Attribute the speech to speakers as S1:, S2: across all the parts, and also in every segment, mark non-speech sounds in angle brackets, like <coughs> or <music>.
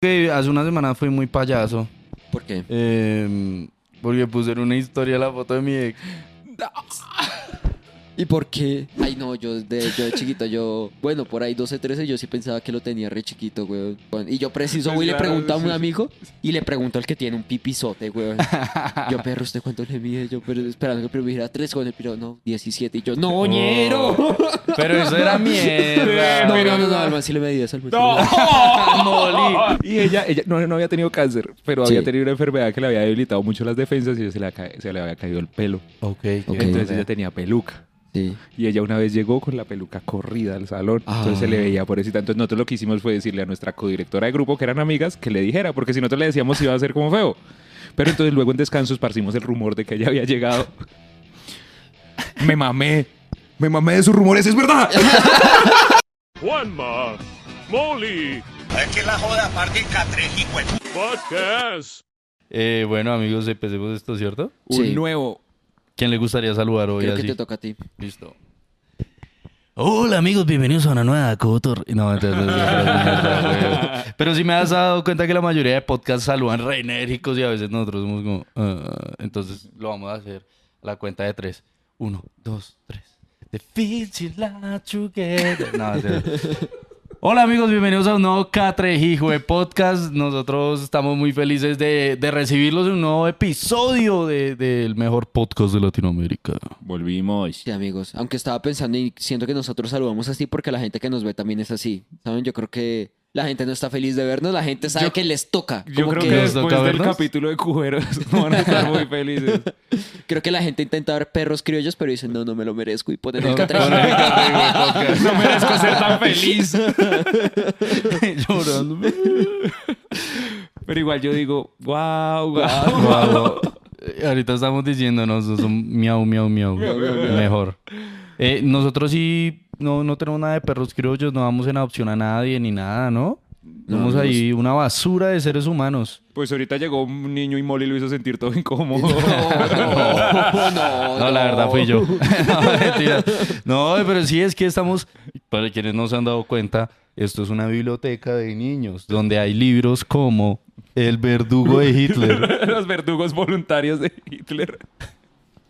S1: que hace una semana fui muy payaso.
S2: ¿Por qué?
S1: em, porque puse en una historia la foto de mi ex.
S2: ¿Y por qué? Ay, no, yo de, yo de chiquito, yo, bueno, por ahí 12, 13, yo sí pensaba que lo tenía re chiquito, weón. Y yo preciso,
S1: Pues
S2: voy y le
S1: claro,
S2: pregunto a
S1: sí,
S2: un
S1: sí.
S2: amigo y le pregunto al que tiene un pipizote, weón. <laughs> Yo, perro, ¿usted cuánto le mide? Yo, pero esperando que el primero me dijera 3, con el piro, no, 17. Y yo, no,
S3: Oh,
S2: ñero. <laughs>
S1: Pero eso era mierda.
S2: No, no, no, no, al man sí le medí eso. al man sí le medí.
S3: <laughs> Y ella, ella no, no había tenido cáncer, pero
S2: Sí.
S3: había tenido una enfermedad que le había debilitado mucho las defensas y se le, ha ca- se le había caído el pelo.
S1: Ok,
S2: Ok.
S3: Entonces ella tenía peluca.
S2: <laughs> Sí.
S3: Y ella una vez llegó con la peluca corrida al salón.
S2: Ah.
S3: Entonces se le veía por eso. Entonces nosotros lo que hicimos fue decirle a nuestra codirectora de grupo, que eran amigas, que le dijera, porque si nosotros le decíamos iba a ser como feo. Pero entonces luego en descanso esparcimos el rumor de que ella había llegado. Me mamé. Me mamé de sus rumores, es verdad.
S4: Juanma, Molly,
S5: Es que la joda parte catrés, hijo de
S4: Podcast.
S1: Eh, bueno, amigos, empecemos esto, ¿cierto?
S2: Sí.
S3: Un nuevo.
S1: ¿Quién le gustaría saludar hoy
S2: Creo que
S1: así?
S2: te toca a ti.
S1: Listo. Hola amigos, bienvenidos a una nueva Cotor. No, mentira, mentira, mentira, mentira. pero si me has dado cuenta que la mayoría de podcasts saludan re enérgicos y a veces nosotros somos como, "Ah", entonces lo vamos a hacer a la cuenta de tres. Uno, dos, tres. The Fiji La Together. No, mentira. Hola amigos, bienvenidos a un nuevo Catrejijo de Podcast. Nosotros estamos muy felices de, de recibirlos en un nuevo episodio de- del mejor podcast de Latinoamérica.
S3: Volvimos.
S2: Sí, amigos. Aunque estaba pensando y siento que nosotros saludamos así porque la gente que nos ve también es así. ¿Saben? Yo creo que la gente no está feliz de vernos, la gente sabe
S3: Yo-
S2: que les toca.
S3: Yo
S2: Como
S3: creo
S2: que-
S3: que,
S1: ¿Nos
S3: después
S1: toca
S3: del
S1: vernos?
S3: capítulo de Cujeros <laughs> van a estar muy felices.
S2: Creo que la gente intenta ver perros criollos, pero dicen, no, no me lo merezco y ponen el catrés. <laughs>
S3: No merezco ser tan feliz.
S1: Llorando.
S3: Pero igual yo digo, wow, wow.
S1: Guau. Eh, Ahorita estamos diciéndonos son- son miau, miau, miau. Mejor. Eh, nosotros sí no, no tenemos nada de perros criollos, no damos en adopción a nadie ni nada, ¿no? pues. Somos
S2: no
S1: ahí una basura de seres humanos.
S3: Pues ahorita llegó un niño y Molly lo hizo sentir todo incómodo.
S2: No,
S3: <laughs>
S2: no,
S1: No, la verdad fui
S2: no.
S1: yo. <laughs> no, mentira. No, pero sí es que estamos, para quienes no se han dado cuenta, esto es una biblioteca de niños donde hay libros como El verdugo de <laughs> Hitler.
S3: Los verdugos voluntarios de Hitler.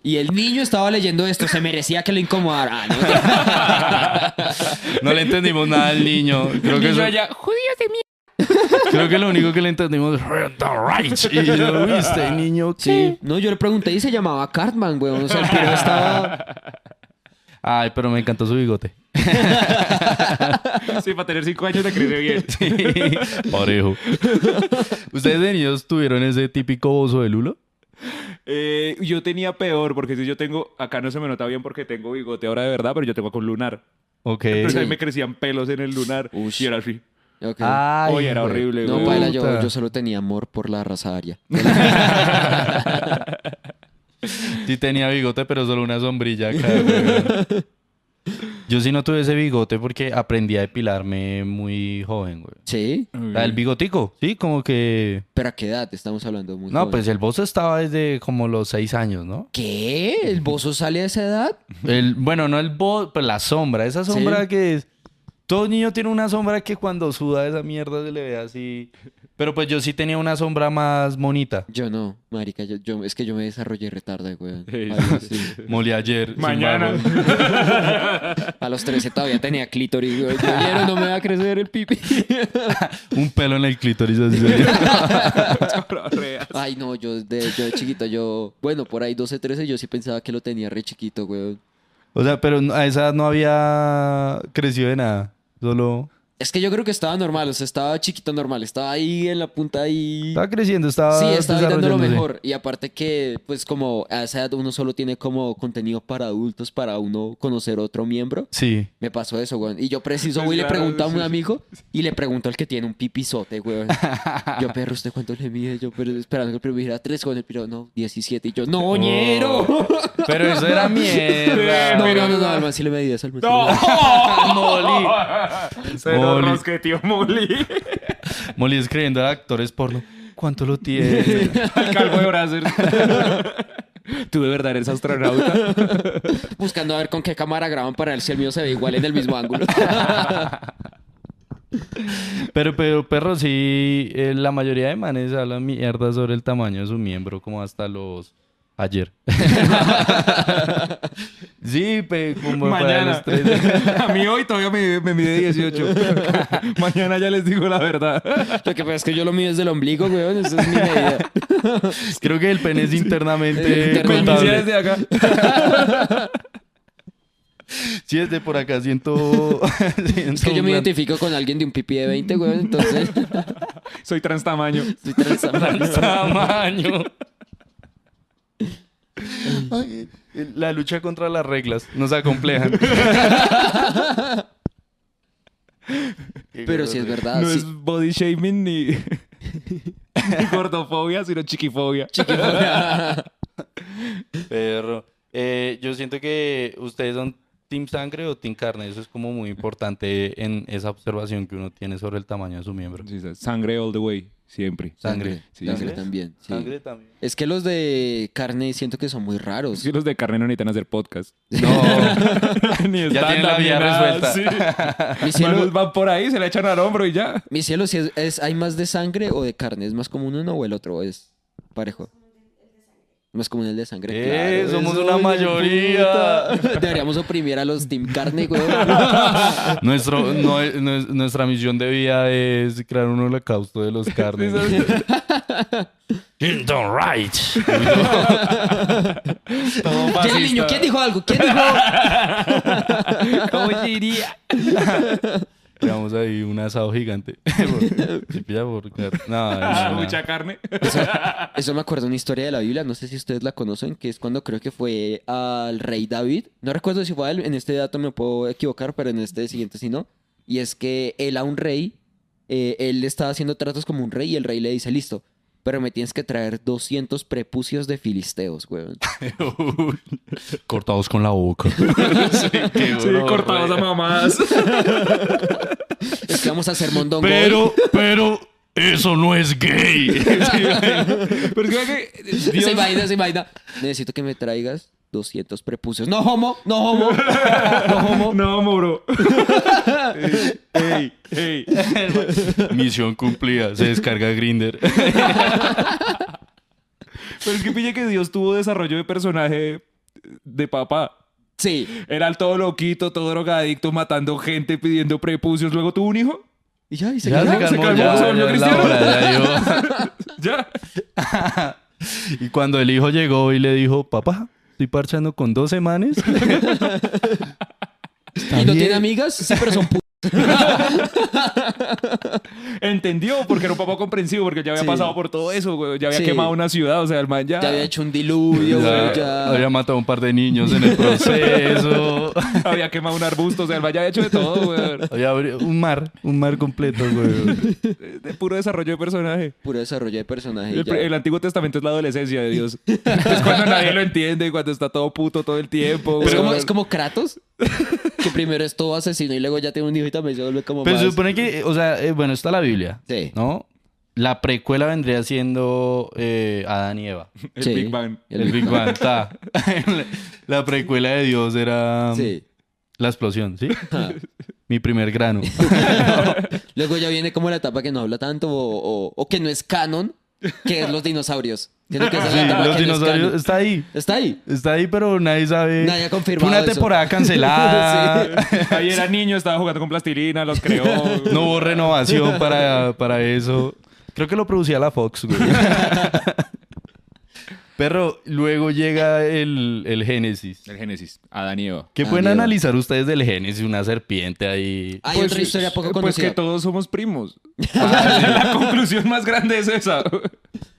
S2: Y el niño estaba leyendo esto, se merecía que lo incomodara. Ah, <laughs> no.
S1: No le entendimos nada al niño. Creo que eso- Creo que lo único que le entendimos es "Red the Reich". Y yo, "Uy, este niño,
S2: Sí.
S1: ¿qué?
S2: No, yo le pregunté y se llamaba Cartman, weón. O sea, el piro estaba...
S1: Ay, pero me encantó su bigote.
S3: Sí, para tener cinco años te crece bien.
S1: Parejo. ¿Ustedes de niños tuvieron ese típico bozo de Lulo?
S3: Eh, yo tenía peor, porque si yo tengo, acá no se me nota bien porque tengo bigote ahora de verdad, pero yo tengo con lunar.
S1: Ok.
S3: Entonces
S2: Sí.
S3: a mí me crecían pelos en el lunar.
S2: Ush.
S3: Y era así.
S2: <laughs> Ok.
S1: Ay,
S3: Oye, era
S1: güey.
S3: horrible.
S2: no,
S3: güey.
S2: paila, yo,
S1: puta.
S2: yo solo tenía amor por la raza <laughs> aria.
S1: <laughs> Sí tenía bigote, pero solo una sombrilla acá, güey. Yo sí no tuve ese bigote porque aprendí a depilarme muy joven, güey.
S2: Sí,
S1: O sea, El bigotico, sí, como que...
S2: pero ¿a qué edad? Estamos hablando muy
S1: No,
S2: joven.
S1: pues el bozo estaba desde como los seis años, ¿no?
S2: ¿Qué? ¿El bozo sale a esa edad?
S1: El, bueno, no el bot, pero la sombra. Esa sombra
S2: Sí.
S1: que es. Todo niño tiene una sombra que cuando suda esa mierda se le ve así. Pero pues yo sí tenía una sombra más bonita.
S2: Yo no, marica, yo, yo- es que yo me desarrollé retarda, weón.
S3: Sí,
S2: Ay,
S3: sí,
S2: sí.
S1: Molí ayer. sin
S3: Mañana. <laughs>
S1: vago.
S2: A los 13 todavía tenía clítoris, weón.
S6: <laughs>
S2: Yo, "Ñero, no me va a crecer el pipi.
S1: <laughs> Un pelo en el clítoris.
S2: <laughs>
S1: así.
S2: Ay, no, yo de, yo de chiquito, yo... Bueno, por ahí 12, 13, yo sí pensaba que lo tenía re chiquito, weón.
S1: o sea, pero a esa edad no había crecido de nada. Solo.
S2: Es que yo creo que estaba normal, o sea, estaba chiquito normal. Estaba ahí en la punta ahí...
S1: Estaba creciendo, estaba.
S2: Sí, estaba ahí dando lo
S1: desarrollándose.
S2: mejor. Y aparte que, pues como a esa edad uno solo tiene como contenido para adultos, para uno conocer otro miembro.
S1: Sí.
S2: Me pasó eso, weón. Y yo preciso,
S3: Pues
S2: voy y le
S3: claro,
S2: pregunto a
S3: sí,
S2: un
S3: sí.
S2: amigo y le pregunto al que tiene un pipizote,
S3: <laughs>
S2: weón. Yo, perro, ¿usted cuánto le mide? Yo, pero esperando que el primero me dijera tres, con el piro, no, 17. Y yo,
S3: Oh,
S2: ¡no, ñero!
S1: Pero eso
S2: <laughs>
S1: era mierda.
S2: No, no, no, no, al man sí le medí eso, al man sí le
S3: <laughs>
S2: <laughs> medí.
S1: Molly.
S3: Se lo
S1: Molly.
S3: rosqueteó Molly.
S1: Molly escribiendo a actores porno. ¿Cuánto lo
S2: <laughs>
S1: tiene?
S3: Al calvo de Brazzers. <laughs> ¿Tú de verdad eres astronauta?
S2: Buscando a ver con qué cámara graban para ver si el mío se ve igual en el mismo ángulo.
S1: Pero, pero, perro, sí, eh, la mayoría de manes hablan mierda sobre el tamaño de su miembro, como hasta los...
S2: <laughs>
S1: Ayer. sí, pe, como para
S3: Mañana.
S1: los tres.
S3: A mí hoy todavía me, me mide 18. <laughs> Mañana ya les digo la verdad.
S2: <laughs> Lo que pasa es que yo lo mío desde el ombligo, weón. Esa es mi medida.
S1: Creo que el pene es internamente
S2: Internamente.
S3: Me inicia
S1: contable.
S3: desde acá.
S1: Sí, es de por acá siento...
S2: <laughs> Es que yo
S1: <laughs>
S2: me identifico con alguien de un pipí de 20, weón. Entonces, <laughs>
S3: Soy trans tamaño.
S2: soy
S3: <laughs>
S2: transamérica.
S1: tamaño. Ay, La lucha contra las reglas nos acomplejan.
S2: <laughs> Pero sí es verdad.
S3: No
S2: sí.
S3: es body shaming ni, ni <laughs> gordofobia, sino chiquifobia. <laughs>
S1: Perro. Eh, yo siento que ustedes son team sangre o team carne. Eso es como muy importante en esa observación que uno tiene sobre el tamaño de su miembro.
S3: Sí, sí, Sangre all the way, siempre.
S1: Sangre.
S3: Sí,
S2: Sangre
S1: ¿Sangre?
S2: también. sí.
S1: Sangre
S2: <laughs>
S1: también.
S2: Es que los de carne siento que son muy raros.
S1: <laughs>
S3: Es que los de carne no necesitan hacer podcast.
S1: No,
S3: <laughs> ni
S1: ya tienen la vida resuelta.
S2: Mi
S3: Manos
S2: cielo,
S3: van por ahí, se la echan al hombro y ya.
S2: mi cielo si es, es- ¿hay más de sangre o de carne? ¿Es más común uno o el otro? ¿Es parejo? Más común el de sangre.
S1: Eh,
S2: claro,
S1: somos
S2: eso,
S1: una
S2: hijo de
S1: mayoría.
S2: puta. <laughs> Deberíamos oprimir a los team carne,
S1: <laughs>
S2: weón.
S1: Nuestro, no, es- no es- nuestra misión de vida es crear un holocausto de los carnes. <laughs> Kingdom Right. Todo
S2: ¿Quién, el niño? ¿Quién dijo algo? ¿Quién dijo?
S3: ¿Cómo diría?
S1: Creamos ahí un asado gigante. <laughs> Se pilla por car- No,
S3: Ah,
S1: no, no.
S3: Mucha carne.
S2: Eso me acuerdo de una historia de la Biblia, no sé si ustedes la conocen, que es cuando creo que fue al rey David. No recuerdo si fue a él, en este dato me puedo equivocar, pero en este siguiente sí no. Y es que él a un rey, eh, él estaba haciendo tratos como un rey y el rey le dice, listo, pero me tienes que traer 200 prepucios de filisteos, weón.
S1: Cortados con la boca. sí,
S3: <laughs> Sí, cortados a mamadas.
S2: Es que vamos a hacer mondongo. <laughs> hoy.
S1: Pero, pero, eso no <laughs> es gay.
S3: <laughs> Pero es que eh,
S2: Se
S3: Dios,
S2: imagina, se imagina. Necesito que me traigas 200 prepucios. No homo, no homo, <laughs> no homo.
S3: No, <laughs> moro. ey, ey.
S1: Misión cumplida. Se descarga Grinder.
S3: Pero es que pille que Dios tuvo desarrollo de personaje de papá.
S2: Sí.
S3: Era el todo loquito, todo drogadicto, matando gente, pidiendo prepucios. Luego tuvo un hijo.
S2: Y ya, y se
S1: Ya se
S2: calma.
S3: se
S1: calmó,
S3: calmó,
S1: ya,
S3: se volvió
S1: ya es la
S3: cristiano.
S1: hora, ya llegó.
S3: Ya.
S1: <laughs> Y cuando el hijo llegó y le dijo, papá, estoy parchando con 12 manes.
S2: ¿Y no
S1: bien.
S2: tiene amigas? Sí,
S1: <laughs>
S2: pero son pu-
S3: Entendió, porque era un papá comprensivo, porque ya había
S2: Sí.
S3: pasado por todo eso, güey. Ya había
S2: Sí.
S3: quemado una ciudad, o sea, el man ya.
S2: Ya había hecho un diluvio,
S1: Ya
S2: güey, ya.
S1: Había matado a un par de niños en el
S3: <laughs>
S1: proceso.
S3: <laughs> había quemado un arbusto, o sea, el man ya había hecho de todo, güey.
S2: <laughs>
S1: Había abri- un mar, un mar completo, güey.
S3: De puro desarrollo de personaje.
S2: Puro desarrollo de personaje.
S3: El,
S2: ya.
S3: el Antiguo Testamento es la adolescencia
S2: <laughs>
S3: de Dios. es cuando nadie lo entiende, cuando está todo puto todo el tiempo.
S2: es,
S3: güey.
S2: como, es como Kratos,
S1: <laughs>
S2: que primero es todo asesino y luego ya tiene un hijo y también se vuelve como
S1: Pero
S2: más...
S1: Pues se supone que, o sea, eh, bueno, está la Biblia,
S2: Sí.
S1: ¿no? La precuela vendría siendo eh, Adán y Eva.
S3: El
S2: Sí.
S3: Big
S2: <laughs>
S3: Bang.
S2: El
S1: El, Big Bang, ta. <laughs> La precuela de Dios era mm,
S2: Sí.
S1: la explosión, ¿sí?
S2: Ah.
S1: Mi primer
S2: <laughs>
S1: grano.
S2: Luego ya viene como la etapa que no habla tanto o, o- o que no es canon, que es los dinosaurios. Siento que esa es la
S1: Sí, los
S2: etapa que no es
S1: dinosaurios,
S2: canon.
S1: está ahí.
S2: Está ahí.
S1: Está ahí, pero nadie sabe.
S2: Nadie ha
S1: Fue
S2: confirmado
S1: una
S2: eso.
S1: temporada
S2: <laughs>
S1: cancelada.
S3: Ahí era niño, estaba jugando con plastilina, los creó.
S1: <laughs> No hubo renovación para, para eso. Creo que lo producía la Fox,
S2: <laughs>
S1: güey. Pero luego llega el, el Génesis.
S3: El Génesis, Adán y Eva.
S1: ¿Qué
S2: Ah,
S1: pueden
S2: miedo.
S1: analizar ustedes del Génesis? Una serpiente ahí.
S2: Hay otra historia poco
S3: Pues
S2: conocida.
S3: que todos
S2: <laughs>
S3: somos primos. la conclusión más grande es esa.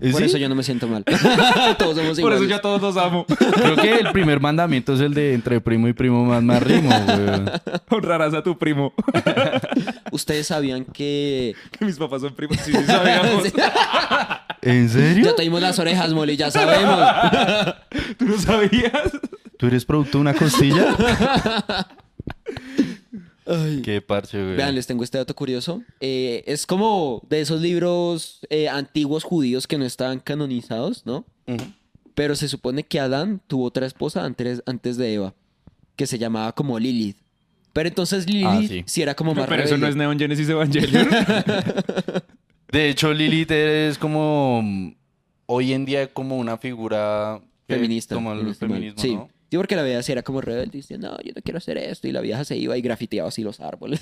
S1: ¿Sí?
S2: Por eso yo no me siento mal. <laughs> Todos somos iguales.
S3: Por eso ya todos
S2: <laughs>
S3: los amo.
S1: Creo que el primer mandamiento es el de entre primo y primo más más rimo, güey.
S3: Honrarás a tu primo. <laughs>
S2: Ustedes sabían que...
S3: Que mis papás son primos. Sí, sí,
S2: <laughs>
S3: sabíamos.
S1: ¿En
S2: Ya
S1: serio?
S2: tenemos las orejas, Molly, ya sabemos.
S3: ¿Tú no sabías?
S1: ¿Tú eres producto de una
S2: <laughs>
S1: costilla? Qué parche, güey.
S2: Vean, les tengo este dato curioso. Eh, es como de esos libros eh, antiguos judíos que no estaban canonizados, ¿no? Pero se supone que Adán tuvo otra esposa antes, antes de Eva, que se llamaba como Lilith. Pero entonces Lili
S1: Ah,
S2: sí.
S1: sí.
S2: era como más
S3: Pero eso no es
S2: rebelde.
S3: Neon Genesis Evangelion.
S2: <laughs>
S1: De hecho, Lilith es como mm, hoy en día como una figura que
S2: feminista.
S1: Como el
S2: feminista,
S1: feminismo,
S2: sí.
S1: ¿no?
S2: Sí, porque la vieja sí era como rebelde, dice, no, yo no quiero hacer esto. Y la vieja se iba y grafiteaba así los
S1: <laughs>
S2: árboles. <laughs>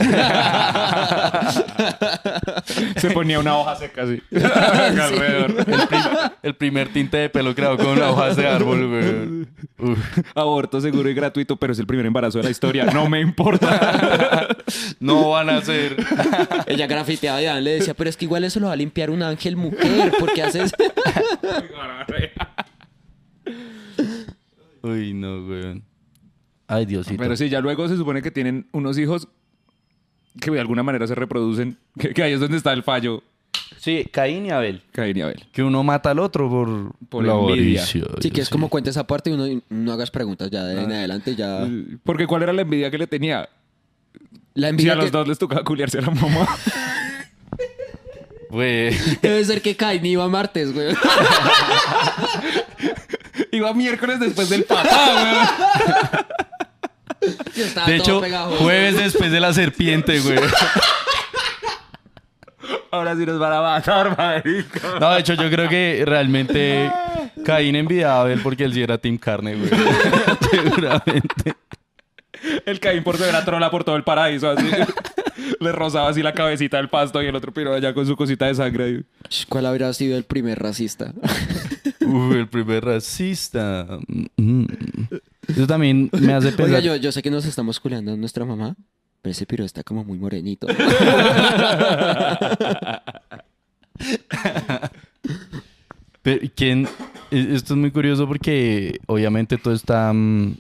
S3: Se ponía una hoja
S2: <laughs>
S3: seca así. Alrededor.
S1: El, prim- el primer tinte de pelo creado con hojas de árbol, güey. Uf.
S3: Aborto seguro y gratuito, pero es el primer embarazo de la historia. No me importa.
S1: No van a
S2: <laughs>
S1: ser.
S2: Ella grafiteaba y Adán le decía, pero es que igual eso lo va a limpiar un ángel mujer, porque haces...
S1: Uy, no, güey. Ay, Diosito.
S3: Pero <laughs> sí, ya luego se supone que tienen unos hijos que de alguna manera se reproducen. Que, que ahí es donde está el fallo.
S1: Sí, Caín y Abel.
S3: Caín y Abel.
S1: Que uno mata al otro por,
S3: Por
S1: la
S3: envidia.
S1: avaricia,
S2: Sí, que es
S1: Diosito.
S2: como cuenta esa parte y uno, no hagas preguntas ya de en adelante,
S3: Ah.
S2: ya...
S3: Porque ¿cuál era la envidia que le tenía?
S2: La
S3: Si
S2: envidia
S3: a los
S2: que-
S3: dos les tocaba culiarse a la mamá.
S2: <laughs>
S1: Güey.
S2: Debe ser que Cain iba martes, güey.
S3: <laughs>
S2: <laughs>
S3: Iba miércoles después del <laughs> papá, güey.
S2: Y estaba
S1: De
S2: todo
S1: hecho,
S2: pegajoso.
S1: jueves después de la serpiente,
S2: <laughs>
S1: güey.
S3: Ahora sí nos van a matar, marica.
S1: No, de hecho, yo creo que realmente Caín envidiaba a Abel porque él sí era Team Carne,
S2: <laughs>
S1: güey. Seguramente.
S3: El Caín por ser una trola por todo el paraíso, <laughs> así. Le rozaba así la cabecita del pasto y el otro piro allá con su cosita de sangre.
S2: Sh, ¿Cuál habrá sido el primer racista?
S1: Uf, el primer racista. Mm. Eso también me hace pensar.
S2: Oiga, yo, yo sé que nos estamos culeando a nuestra mamá, pero ese piro está como muy morenito. <laughs>
S1: Pero, ¿quién? e- Esto es muy curioso porque obviamente todo está mm,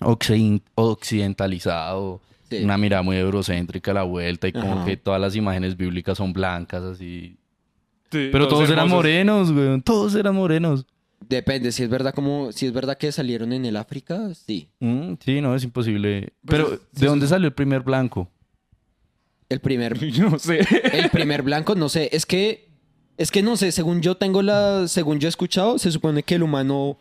S1: occiden- occidentalizado.
S2: Sí.
S1: Una mirada muy eurocéntrica a la vuelta y como
S2: Ajá.
S1: que todas las imágenes bíblicas son blancas así.
S3: Sí,
S1: Pero todos, eran
S3: hermosos.
S1: morenos, güey. Todos eran morenos.
S2: Depende, si es verdad como, si es verdad que salieron en el África, sí.
S1: Mm, sí, no, es imposible. Pero,
S3: es-
S1: ¿de dónde salió el primer blanco?
S2: El primer,
S3: Yo No sé.
S2: el primer blanco, no sé, es que, es que no sé, según yo tengo la, según yo he escuchado, se supone que el humano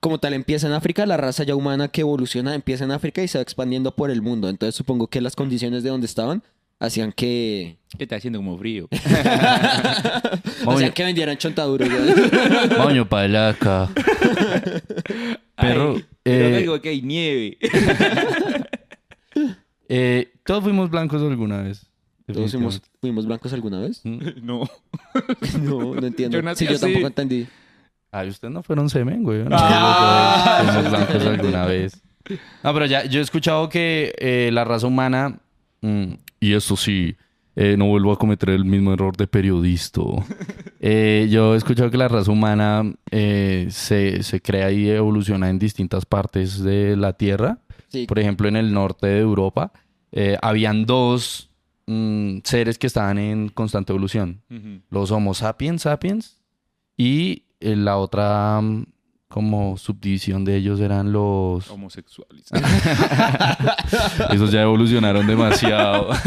S2: como tal empieza en África, la raza ya humana que evoluciona empieza en África y se va expandiendo por el mundo. Entonces supongo que las condiciones de donde estaban hacían que,
S3: ¿Qué está haciendo como frío?
S2: hacían
S1: Oye.
S2: que vendieran chontaduro.
S3: <laughs>
S2: ya.
S1: Coño, palaca. Pero, eh,
S3: que hay nieve. <laughs>
S1: eh, todos fuimos blancos alguna vez. ¿Mm?
S2: ¿Todos fuimos, fuimos blancos alguna vez?
S3: <laughs> No.
S2: No, no entiendo.
S3: Yo nací
S2: sí, yo
S3: así.
S2: tampoco entendí.
S1: Ay, Ah, ustedes no fueron semen, güey. No,
S3: Ah,
S1: Nosotros fuimos
S2: eso es
S1: blancos
S2: diferente.
S1: alguna vez. No, pero ya, yo he escuchado que eh, la raza humana. mm, y eso sí, eh, no vuelvo a cometer el mismo error de periodista. Eh, yo he escuchado que la raza humana eh, se, se crea y evoluciona en distintas partes de la Tierra.
S2: Sí,
S1: Por ejemplo, en el norte de Europa, eh, habían dos mm, seres que estaban en constante evolución los Homo sapiens sapiens y eh, la otra mm, como subdivisión de ellos eran los
S3: Homosexuales.
S1: esos ya evolucionaron demasiado <laughs>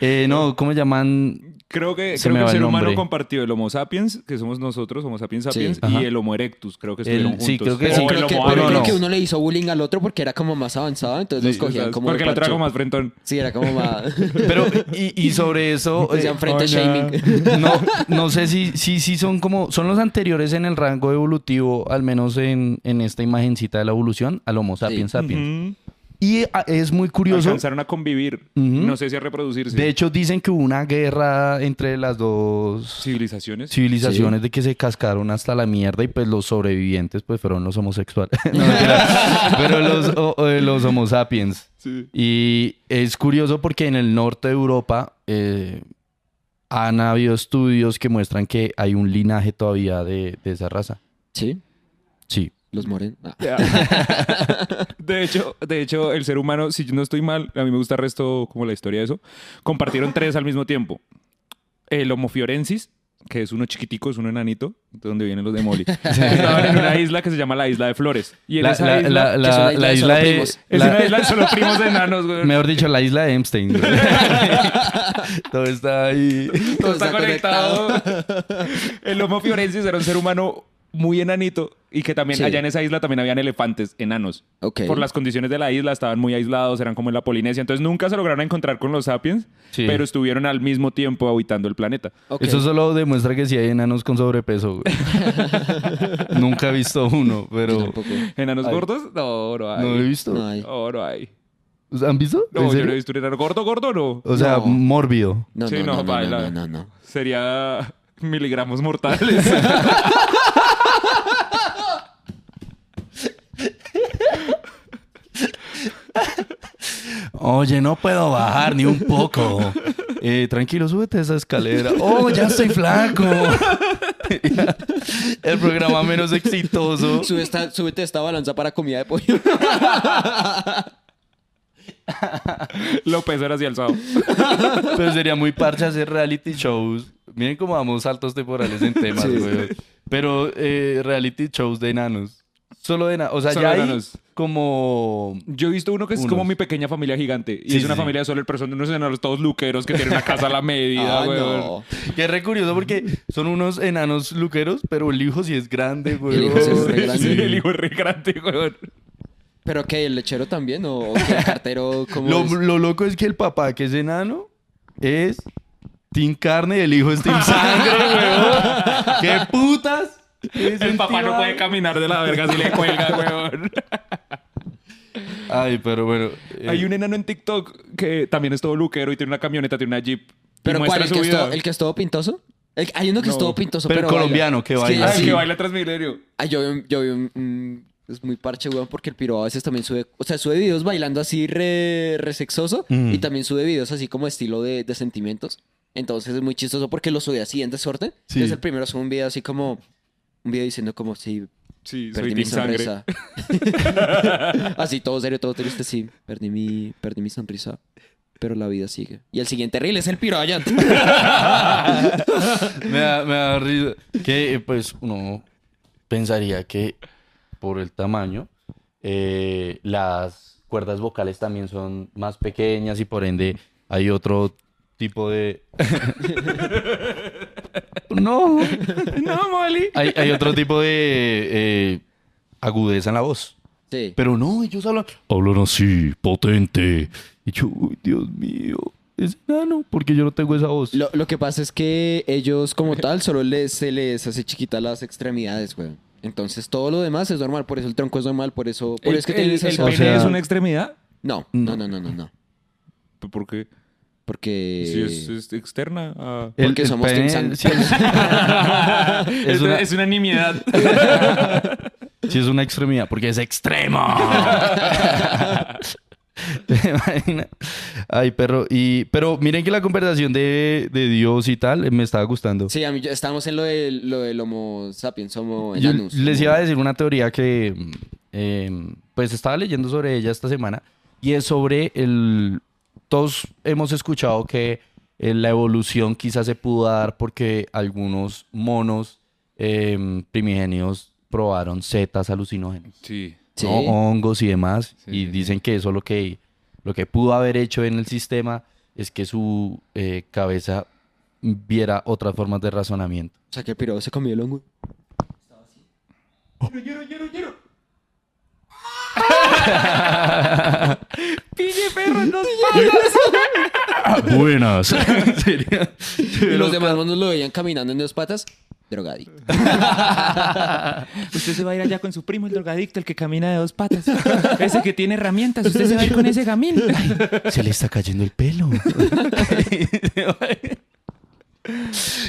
S1: Eh, no cómo llaman
S3: <laughs> Creo que,
S1: Se
S3: creo
S1: me
S3: que el
S1: va el
S3: ser humano
S1: nombre.
S3: compartió el Homo sapiens, que somos nosotros, Homo sapiens sapiens,
S1: ajá.
S3: y el Homo erectus, creo que estuvieron
S1: El-
S3: juntos.
S1: sí, creo que
S3: O
S1: sí.
S2: Sí,
S3: el
S2: creo que,
S3: Homo
S1: pero
S2: pero
S3: habilis.
S2: creo
S1: no.
S2: que uno le hizo bullying al otro porque era como más avanzado, entonces los
S3: Sí,
S2: cogían
S3: o sea,
S2: como.
S3: Porque
S2: de
S3: la trago
S2: parche.
S3: más frentón.
S2: Sí, era como
S3: <laughs>
S2: más. <laughs>
S1: pero y, y sobre eso eh,
S2: Decían
S3: Oh,
S2: frente
S3: hola.
S2: shaming.
S1: no no sé si si si son como son los anteriores en el rango evolutivo al menos en, en esta imagencita de la evolución al Homo sapiens sapiens
S3: Ujú.
S1: y eh, es muy curioso
S3: Alcanzaron a convivir.
S1: Ujú.
S3: No sé si a reproducirse.
S1: de hecho dicen que hubo una guerra entre las dos
S3: Civilizaciones.
S1: civilizaciones de que se cascaron hasta la mierda y pues los sobrevivientes pues fueron los homosexuales. <laughs> No, mentira. Pero los, o- o, eh, los homo sapiens.
S3: Sí.
S1: Y es curioso porque en el norte de Europa eh, han habido estudios que muestran que hay un linaje todavía de, de esa raza.
S2: Sí,
S1: Sí.
S2: los moren. Ah.
S3: <laughs> De hecho, de hecho, el ser humano, si yo no estoy mal, a mí me gusta el resto como la historia de eso, compartieron tres al mismo tiempo. El Homo fiorensis, que es uno chiquitico, es uno enanito, de donde vienen los
S1: <laughs>
S3: de Molly. Estaban en una isla que se llama la Isla de Flores. Y en
S1: La,
S3: esa
S1: la-
S3: isla...
S1: la-
S2: que
S1: la-
S2: es una
S1: la
S2: isla
S1: isla
S2: de
S1: de...
S2: solo
S3: Es
S1: la-
S3: una isla de solo primos de enanos, güey.
S1: mejor dicho, la isla de Epstein. güey.
S3: <laughs>
S1: Todo está ahí.
S2: <laughs>
S3: Todo está conectado. El Homo Fiorensis era un ser humano muy enanito Y que también
S2: Sí.
S3: allá en esa isla también habían elefantes enanos.
S2: Ok.
S3: Por las condiciones de la isla estaban muy aislados, eran como en la Polinesia. Entonces nunca se lograron encontrar con los sapiens,
S1: Sí.
S3: pero estuvieron al mismo tiempo habitando el planeta.
S2: Ok.
S1: Eso solo demuestra que sí hay enanos con sobrepeso,
S2: <laughs>
S1: güey. Nunca he visto uno,
S2: Yo
S1: pero...
S2: tampoco.
S3: ¿Enanos
S1: Ay.
S3: gordos? No, no hay.
S1: No lo he visto.
S2: No hay.
S3: No, no hay.
S1: ¿O sea, ¿Han visto? ¿En
S3: No, yo no
S1: serio? Oh.
S3: he visto un enano gordo, gordo, no.
S1: O sea,
S2: No.
S1: mórbido.
S2: No,
S3: Sí,
S2: no,
S3: no,
S2: no, no, no,
S3: baila.
S2: no, no, no.
S3: Sería <laughs> miligramos mortales.
S1: <laughs> Oye, no puedo bajar ni un poco. <laughs> Eh, tranquilo, súbete a esa
S2: <laughs>
S1: escalera. ¡Oh, ya estoy flaco! <laughs> El programa menos
S2: <laughs>
S1: exitoso.
S2: Sube esta- súbete esta balanza para comida
S1: <laughs>
S2: de pollo.
S3: López era así alzado.
S1: Pero sería muy parche hacer reality shows. Miren cómo damos saltos temporales en temas,
S2: Sí.
S1: güey. Pero eh, reality shows de enanos. Solo de enanos. O sea,
S3: Solo
S1: ya
S3: de
S1: hay
S3: enanos.
S1: como...
S3: Yo he visto uno que es como
S1: Unos.
S3: mi pequeña familia gigante. Y
S1: Sí,
S3: es una
S1: sí, sí.
S3: familia de solo el personas, unos enanos todos luqueros que tienen una
S1: <laughs>
S3: casa a la medida,
S2: Ah,
S3: güey.
S2: no.
S1: Que es re curioso porque son unos enanos luqueros, pero el hijo sí es grande, güey.
S2: El hijo sí es re grande.
S3: Sí, el hijo es re grande, güey.
S2: ¿Pero qué? ¿El lechero también? ¿O qué?
S1: <laughs>
S2: ¿El cartero? ¿Cómo
S1: Lo,
S2: es?
S1: lo loco es que el papá, que es enano, es Team Carne y el hijo es Team Sangre,
S2: <laughs>
S1: weón. ¡Qué putas!
S3: El papá no puede caminar de la verga si
S1: <laughs>
S3: le cuelga, güey.
S1: Ay, pero bueno. eh,
S3: Hay un enano en TikTok que también es todo luquero y tiene una camioneta, tiene una jeep. y
S2: ¿Pero cuál?
S3: muestra
S2: ¿El
S3: su
S2: que, es
S3: vida.
S2: todo, ¿El que es todo pintoso? El- hay uno que es
S3: No.
S2: todo pintoso,
S1: Pero
S2: pero,
S1: colombiano, que
S2: Es
S1: baila.
S3: Ah, el
S2: sí.
S3: que baila Transmilenio.
S2: Ay, Ah, yo vi un... yo vi un- un- es muy parche, weón, porque el piro a veces también sube... O sea, sube videos bailando así re, re sexoso
S1: Mm.
S2: y también sube videos así como estilo de, de sentimientos. Entonces es muy chistoso porque lo sube así en desorden.
S1: Sí.
S2: Es el primero, sube un video así como... Un video diciendo como, sí,
S3: Sí, soy
S2: perdí mi
S3: Team Sangre.
S2: sonrisa. Así, todo serio, todo triste, sí. Perdí mi, perdí mi sonrisa. Pero la vida sigue. Y el siguiente reel es el
S1: <laughs>
S2: piro allá.
S1: me, da, me da risa. Que eh, pues uno pensaría que por el tamaño, eh, las cuerdas vocales también son más pequeñas y por ende hay otro tipo de. <laughs> no.
S3: <laughs> No, Molly.
S2: Ah,
S1: Hay, hay otro tipo de eh, agudeza en la voz.
S2: Sí.
S1: Pero no, ellos hablan. Hablan así, potente. Y yo, uy, Dios mío, es enano, porque yo no tengo esa voz.
S2: Lo, lo que pasa es que ellos
S3: <laughs>
S2: como tal solo les, se les hace chiquita las extremidades, güey. Entonces todo lo demás es normal, por eso el tronco es normal, por eso... Por eso
S3: ¿El,
S2: es que
S3: el-
S2: tienen
S3: el
S2: esa
S3: pene
S1: O sea-
S3: es una extremidad?
S2: No, no, no, no, no, no.
S3: ¿Por qué?
S2: Porque...
S3: Si es, es externa. ah.
S2: porque somos
S1: pene-
S2: team sang-
S1: sí, es-
S2: <laughs>
S3: Es,
S1: es, una,
S3: es una nimiedad. <laughs>
S1: sí, es una extremidad, porque es extremo. ¿Te imaginas? Ay, perro. Y, pero miren que la conversación de, de Dios y tal eh, me estaba gustando.
S2: Sí, a mí, yo- estamos en lo, de, lo del homo sapiens, homo
S1: Yo
S2: enanus.
S1: les iba a decir una teoría que mm, eh, pues estaba leyendo sobre ella esta semana y es sobre el... Todos hemos escuchado que eh, la evolución quizás se pudo dar porque algunos monos eh, primigenios probaron setas alucinógenas,
S3: Sí.
S2: Sí.
S1: ¿no? oh. hongos y demás,
S3: Sí,
S1: y
S3: sí,
S1: dicen que eso lo que, lo que pudo haber hecho en el sistema es que su eh, cabeza viera otras formas de razonamiento.
S2: O sea, que el piro se comió el
S3: <laughs>
S2: hongo.
S1: Buenas. Sería-
S2: Y los demás monos lo veían caminando en dos patas,
S3: <laughs>
S2: drogadicto.
S6: Usted se va a ir allá con su primo, el drogadicto, el que camina de dos patas. <laughs> Ese que tiene herramientas. Usted se va a ir con ese gamín. <laughs>
S1: Se le está cayendo el <laughs> pelo.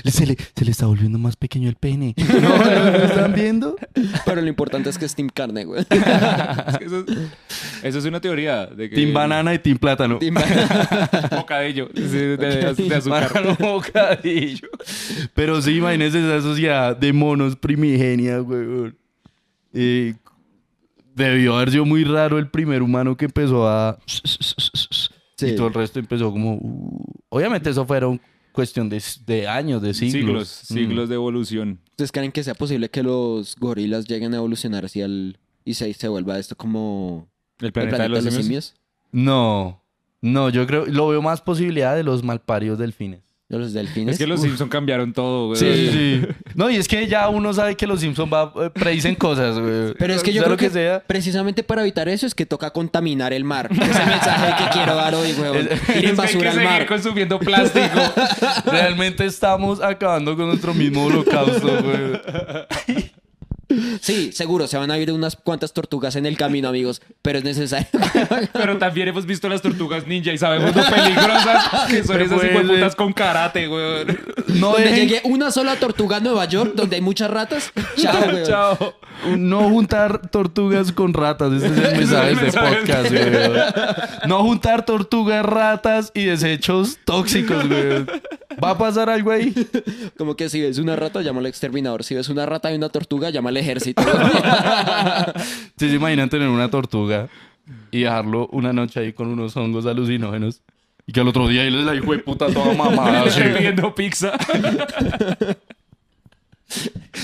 S1: se, le, se le está volviendo más pequeño el pene. <laughs> ¿No, no, ¿Lo están viendo?
S2: Pero lo importante es que es Team Carne,
S3: <laughs>
S2: güey.
S3: Es que eso, es, eso es una teoría. De que,
S1: Team
S3: <laughs>
S1: banana y Eh, team plátano. <laughs>
S2: <laughs> Team Carne.
S3: Bocadillo. sí,
S2: <laughs>
S3: de, de- de azúcar.
S1: Banano <laughs> bocadillo. Pero sí, imagínense esa sociedad de monos primigenia, weón. Eh, debió haber sido muy raro el primer humano que empezó a... <laughs> Y todo el resto empezó como... uh. Obviamente eso fueron cuestión de, de años, de siglos. Mm.
S3: Siglos, siglos de evolución.
S2: ¿Ustedes creen que sea posible que los gorilas lleguen a evolucionar hacia el... y se, se vuelva esto como...
S3: El
S2: el
S3: planeta, de los, simios.
S1: No, no, yo creo... Lo veo más posibilidad de los malparios delfines.
S2: de los delfines.
S6: Es que los Simpson cambiaron todo, güey.
S1: Sí, sí, sí. <laughs> No, y es que ya uno sabe que los Simpsons va, eh, predicen cosas, güey.
S2: Pero es que yo
S1: Sea
S2: creo
S1: lo
S2: que,
S1: que sea.
S2: precisamente para evitar eso es que toca contaminar el mar. Ese es el mensaje que quiero dar hoy, weón. Tiren basura al mar. <laughs>
S6: consumiendo <laughs> plástico.
S1: Realmente estamos acabando con nuestro mismo holocausto, güey.
S2: Sí, seguro, se van a ir unas cuantas tortugas en el camino, amigos. Pero es necesario.
S6: Pero también hemos visto las tortugas ninja y sabemos lo peligrosas que son
S1: Me
S6: esas
S1: puede.
S6: hijueputas con karate, güey.
S1: No
S2: donde
S1: dejen- <laughs>
S2: llegue una sola tortuga a Nueva York, donde hay muchas ratas. Chao, weón.
S6: Chao.
S1: No juntar tortugas con ratas. Este es el mensaje de este podcast, güey. No juntar tortugas, ratas y desechos tóxicos, güey. ¿Va a pasar algo ahí?
S2: Como que si ves una rata, llama al exterminador. Si ves una rata y una tortuga, llama al ejército.
S1: ¿Sí se imaginan tener una tortuga y dejarlo una noche ahí con unos hongos alucinógenos? Y que al otro día él es la hijo de puta toda <laughs> mamada,
S6: Ah,
S1: así.
S6: Pidiendo pizza.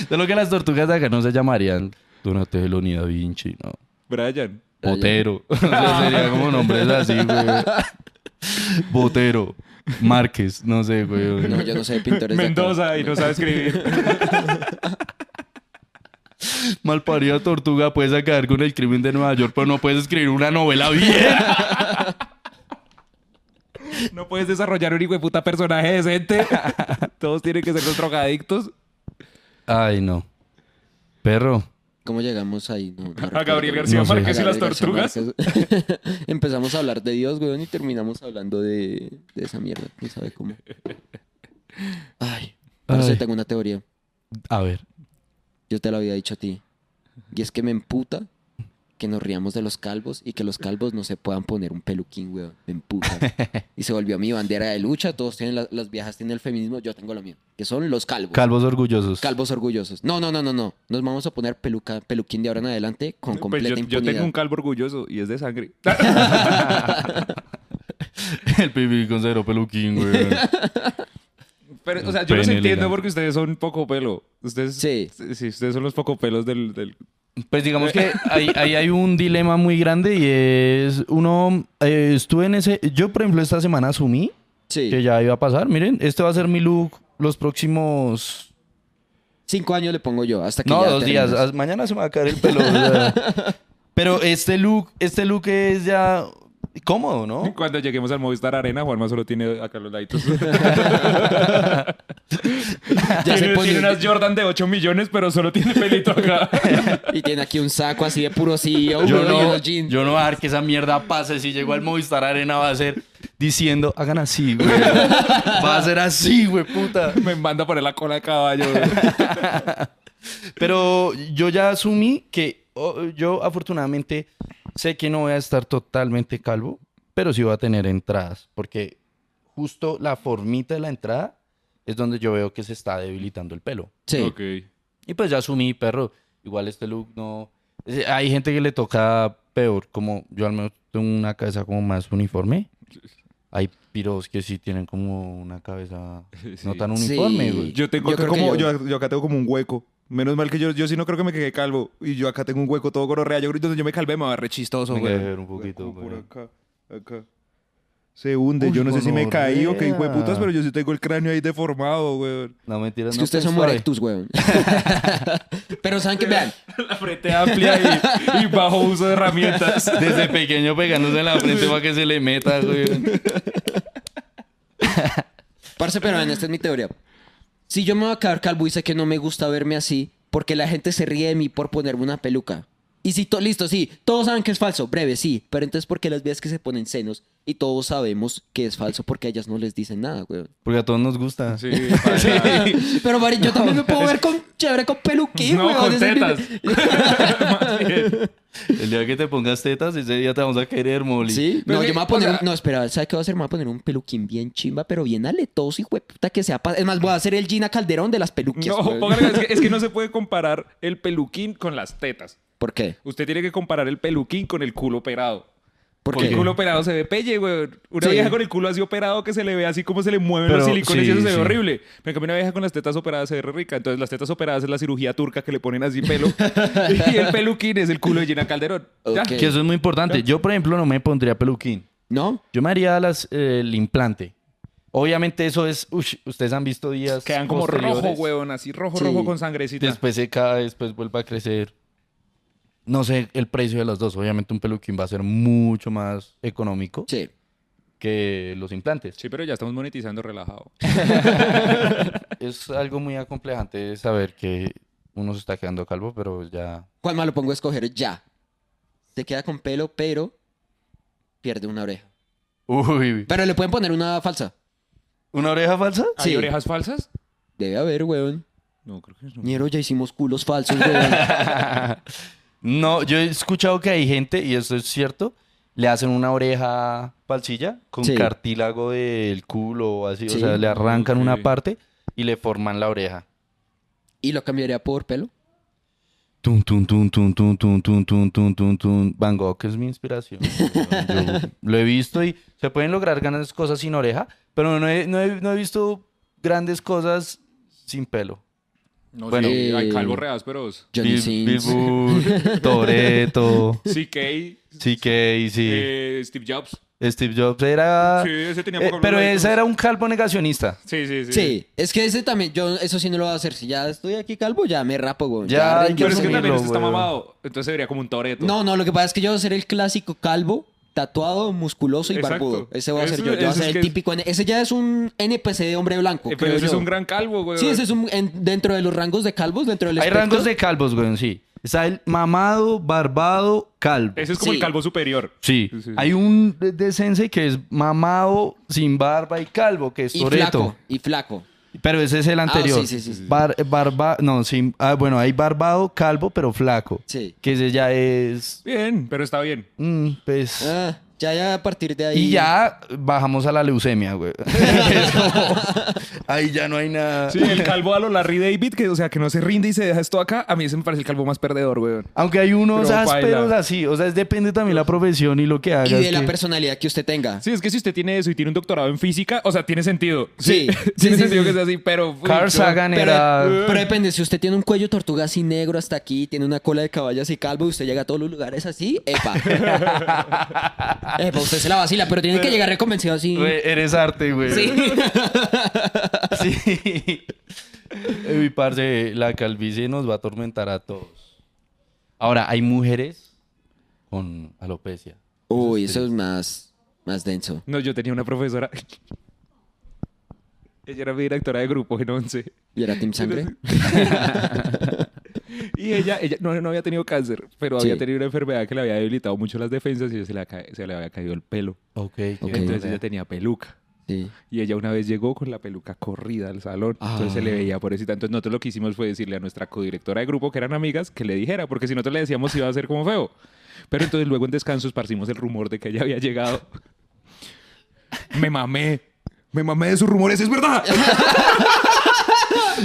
S1: De lo que las tortugas de acá no se llamarían Donatello ni Da Vinci, ¿no?
S6: Brian.
S1: Botero. <laughs> O sea, sería como nombres así, güey. Botero. Márquez, no sé, güey.
S2: no, yo no sé de pintores. de acá.
S6: Mendoza y no sabe <laughs> escribir.
S1: Malparida tortuga, puedes acabar con el crimen de Nueva York, pero no puedes escribir una novela bien.
S6: No puedes desarrollar un hijueputa personaje decente. <laughs> Todos tienen que ser los drogadictos. Pues
S1: Ay, no. Perro.
S2: ¿Cómo llegamos ahí?
S6: <laughs>
S2: No, no
S6: A
S2: recuerdo.
S6: Gabriel García
S1: No sé.
S6: Márquez y las
S2: Gabriel García
S6: tortugas.
S2: Márquez. <laughs> Empezamos a hablar de Dios, weón, y terminamos hablando de, de esa mierda. ¿Quién sabe cómo? Ay, pero
S1: Ay.
S2: tengo una teoría.
S1: A ver.
S2: Yo te la había dicho a ti. Y es que me emputa que nos riamos de los calvos y que los calvos no se puedan poner un peluquín, weón. Me emputa. y se volvió mi bandera de lucha. Todos tienen la- las viejas, tienen el feminismo. Yo tengo lo mío, que son los calvos.
S1: Calvos orgullosos.
S2: Calvos orgullosos. No, no, no, no, no. Nos vamos a poner peluca, peluquín de ahora en adelante con
S6: Pues
S2: completa
S6: yo, yo
S2: impunidad.
S6: tengo un calvo orgulloso y es de sangre.
S1: El pibi con cero peluquín, güey.
S6: <laughs> Pero, o sea, yo los
S1: Pene
S6: entiendo
S1: elegante.
S6: porque ustedes son poco pelo. Ustedes,
S2: Sí.
S6: sí, ustedes son los poco pelos del, del-
S1: <laughs> Pues digamos que ahí, ahí hay un dilema muy grande y es uno, eh, estuve en ese, yo por ejemplo esta semana asumí
S2: Sí.
S1: que ya iba a pasar, miren, este va a ser mi look los próximos,
S2: Cinco años le pongo yo, hasta que
S1: no,
S2: ya
S1: dos
S2: termines.
S1: días, as- mañana se me va a caer el pelo. o sea. Pero este look, este look es ya cómodo, ¿no?
S6: Cuando lleguemos al Movistar Arena, Juanma solo tiene acá
S2: <laughs>
S6: los laditos.
S2: <laughs> Ya se
S6: tiene,
S2: pone-
S6: tiene unas Jordan de 8 millones, pero solo tiene pelito acá.
S2: <laughs> Y tiene aquí un saco así de puro
S1: Yo
S2: CEO, yo y
S1: no,
S2: unos jeans.
S1: yo no voy a dejar que esa mierda pase. Si llegó al Movistar Arena va a ser diciendo, hagan así,
S2: <laughs>
S1: güey. Va a ser así, güey, puta.
S6: <laughs> Me manda a poner la cola de caballo.
S1: Pero yo ya asumí que oh, yo afortunadamente sé que no voy a estar totalmente calvo, pero sí voy a tener entradas, porque justo la formita de la entrada es donde yo veo que se está debilitando el pelo.
S2: Sí.
S1: Y pues ya asumí, perro, igual este look no... es- Hay gente que le toca peor, como yo al menos tengo una cabeza como más uniforme. Hay piros que sí tienen como una cabeza no
S6: Sí.
S1: tan uniforme,
S2: Sí.
S1: güey.
S6: Yo tengo
S2: Yo
S6: acá
S2: creo que
S6: como,
S2: yo-
S6: yo... yo acá tengo como un hueco. Menos mal que yo, yo sí no creo que me quede calvo. Y yo acá tengo un hueco todo gororrea. Yo creo que yo me calvé, me va re chistoso,
S1: Me
S6: güey.
S1: quedé ver un poquito,
S6: Como por
S1: güey.
S6: acá, acá. Se hunde. yo
S1: Uy,
S6: no sé si me caí o qué
S1: gonorrea.
S6: hijo de putas, pero yo sí tengo el cráneo ahí deformado, güey.
S1: No mentiras,
S2: Es que
S1: no,
S2: ustedes
S1: pues,
S2: son
S1: suave. <laughs>
S2: morectus, weón. <laughs> Pero saben que, vean,
S6: La frente amplia <laughs> y, y bajo uso de herramientas.
S1: Desde pequeño pegándose en la frente para que se le meta, güey.
S2: parce, pero vean, esta es mi teoría. Si yo me voy a quedar calvo y sé que no me gusta verme así, porque la gente se ríe de mí por ponerme una peluca. Y si, to- listo, sí, todos saben que es falso, breve, sí. Pero entonces, ¿por qué las vías que se ponen senos y todos sabemos que es falso porque a ellas no les dicen nada, weón?
S1: Porque a todos nos gusta.
S6: <laughs> Sí,
S2: <laughs> Pero, Mari, yo también me puedo ver con chévere con peluquín,
S6: No,
S2: weón.
S6: con
S2: Ese es mi-
S6: tetas. <laughs>
S1: El día que te pongas tetas, ese día te vamos a querer, Molly.
S2: Sí,
S6: Pero
S2: no,
S6: es
S2: yo
S6: que,
S2: me voy a
S6: o
S2: poner.
S6: sea-
S2: un- no, espera, ¿sabes qué voy a hacer? Me voy a poner un peluquín bien chimba, pero bien aletoso, hijo de puta, que sea. pa- Es más, voy a hacer el Gina Calderón de las peluquias.
S6: No,
S2: güey.
S6: póngale, es, que, es que no se puede comparar el peluquín con las tetas.
S2: ¿Por qué?
S6: Usted tiene que comparar el peluquín con el culo operado.
S2: ¿Por
S6: Porque
S2: qué?
S6: el culo operado se ve pelle, güey. Una
S2: Sí.
S6: vieja con el culo así operado que se le ve así como se le mueven
S1: Pero,
S6: los silicones
S1: sí,
S6: y eso se ve
S1: sí.
S6: horrible. Pero en cambio una vieja con las tetas operadas se ve re rica. Entonces las tetas operadas es la cirugía turca que le ponen así pelo. y el peluquín es el culo de Gina Calderón. Ya.
S2: Ok.
S1: Que eso es muy importante. Yo, por ejemplo, no me pondría peluquín.
S2: ¿No?
S1: Yo me haría las, eh, el implante. Obviamente eso es, ush, ustedes han visto días
S6: Quedan como
S1: posteriores.
S6: rojo, huevón, así rojo,
S2: Sí.
S6: rojo con sangrecita.
S1: Después se cae, después vuelve a crecer. No sé el precio de las dos. Obviamente un peluquín va a ser mucho más económico
S2: Sí.
S1: que los implantes.
S6: Sí, pero ya estamos
S1: <laughs>
S6: monetizando relajado.
S1: Es algo muy acomplejante saber que uno se está quedando calvo, pero ya...
S2: ¿Cuál más lo pongo a escoger ya? Se queda con pelo, pero pierde una oreja.
S1: Uy,
S2: Pero le pueden poner una falsa.
S1: ¿una oreja falsa?
S6: ¿Hay
S2: Sí.
S6: orejas falsas?
S2: Debe haber, weón.
S6: No, creo que no.
S2: Ñero, ya hicimos culos falsos, weón.
S1: <laughs>
S6: <laughs>
S1: No, yo he escuchado que hay gente, y esto es cierto, le hacen una oreja falsilla con
S2: Sí.
S1: cartílago del culo o así,
S2: Sí.
S1: o sea, le arrancan
S6: Ok.
S1: una parte y le forman la oreja.
S2: ¿Y lo cambiaría por pelo?
S1: Tun, tun, tun, tun, tun, tun, tun, tun, tun, tun, tun. Van Gogh es mi inspiración. Yo lo he visto y se pueden lograr grandes cosas sin oreja, pero no he, no he- no he visto grandes cosas sin pelo.
S6: No,
S1: Bueno.
S6: sí, hay
S2: Eh,
S6: calvos reásperos.
S2: Johnny
S1: Bil-
S2: Sins.
S6: <laughs>
S1: Bilbo, Toreto,
S6: CK,
S1: CK, sí.
S6: eh, Steve Jobs.
S1: Steve Jobs era...
S6: Sí, ese tenía
S1: Eh,
S6: poco
S1: pero
S6: problema.
S1: ese era un calvo negacionista.
S6: Sí, sí, sí.
S2: Sí, es que ese también, yo eso sí no lo voy a hacer. Si ya estoy aquí calvo, ya me rapo, weón.
S1: Ya,
S2: Ya,
S1: hay
S6: Pero es que
S1: asumirlo,
S6: también ese está
S1: weón.
S6: mamado. Entonces sería como un toreto. Eh,
S2: No, no, lo que pasa es que yo voy a ser el clásico calvo, tatuado, musculoso y
S6: Exacto.
S2: barbudo. Ese voy a ser
S6: Eso-
S2: yo. Yo voy a
S6: eso
S2: ser
S6: es
S2: el
S6: que-
S2: típico. N- Ese ya es un NPC de hombre blanco. creo
S6: Eh, pero ese es
S2: yo.
S6: un gran calvo, güey.
S2: Sí, ese es un. en- dentro de los rangos de calvos, dentro del.
S1: Hay
S2: espectro,
S1: rangos de calvos, güey, sí. Está el mamado, barbado, calvo.
S6: Ese es como
S2: Sí.
S6: el calvo superior.
S1: Sí.
S6: Sí, sí.
S1: Hay un de- de sensei que es mamado, sin barba y calvo, que es
S2: Y
S1: Toreto.
S2: flaco. Y flaco.
S1: Pero ese es el anterior.
S2: sí, sí, sí, sí.
S1: Bar- barba, no, sin, ah, bueno, hay barbado, calvo, pero flaco.
S2: Sí.
S1: Que ese ya es.
S6: Bien, pero está bien.
S1: mm, pues.
S2: Ah, ya, ya a partir de ahí.
S1: Y ya bajamos a la leucemia,
S2: <laughs>
S1: güey. Es como, ahí ya no hay nada.
S6: Sí, el calvo a lo Larry David, que, o sea, que no se rinde y se deja esto acá, a mí ese me parece el calvo más perdedor, weón.
S1: Aunque hay unos
S6: Pero baila.
S1: ásperos así. O sea, es- depende también la profesión y lo que hagas.
S2: Y de la
S1: que-
S2: personalidad que usted tenga.
S6: Sí, es que si usted tiene eso y tiene un doctorado en física, o sea, tiene sentido.
S2: <laughs>
S6: <laughs>
S2: Sí. Sí,
S6: tiene
S2: sí,
S6: sentido
S2: sí,
S6: que
S2: sí.
S6: sea así, pero... uy,
S1: Carl
S6: yo-
S1: Sagan
S2: Pero,
S1: era...
S2: pero depende, si usted tiene un cuello tortuga así negro hasta aquí, tiene una cola de caballo así calvo y usted llega a todos los lugares así,
S1: <laughs>
S2: epa. epa, usted se la vacila, pero tiene que llegar reconvencido así.
S1: Re- eres arte, güey. <laughs>
S2: Sí.
S1: Sí. Eh, Mi parce, la calvicie nos va a atormentar a todos. Ahora, hay mujeres con alopecia.
S2: Uy, eso es más, más denso.
S6: No, yo tenía una profesora... <laughs> Ella era mi directora de grupo en 11.
S2: ¿Y era Team Sangre?
S6: Y ella, ella no, no había tenido cáncer, pero
S2: Sí.
S6: había tenido una enfermedad que le había debilitado mucho las defensas y se le, ha ca- se le había caído el pelo.
S1: Ok. qué-
S2: Ok.
S6: Entonces ella tenía peluca.
S2: Sí.
S6: Y ella una vez llegó con la peluca corrida al salón.
S2: Ah.
S6: Entonces se le veía pobrecita. Entonces nosotros lo que hicimos fue decirle a nuestra codirectora de grupo, que eran amigas, que le dijera, porque si nosotros le decíamos iba a ser como feo. Pero entonces luego en descanso esparcimos el rumor de que ella había llegado. Me mamé. Me mamé de sus rumores, es verdad.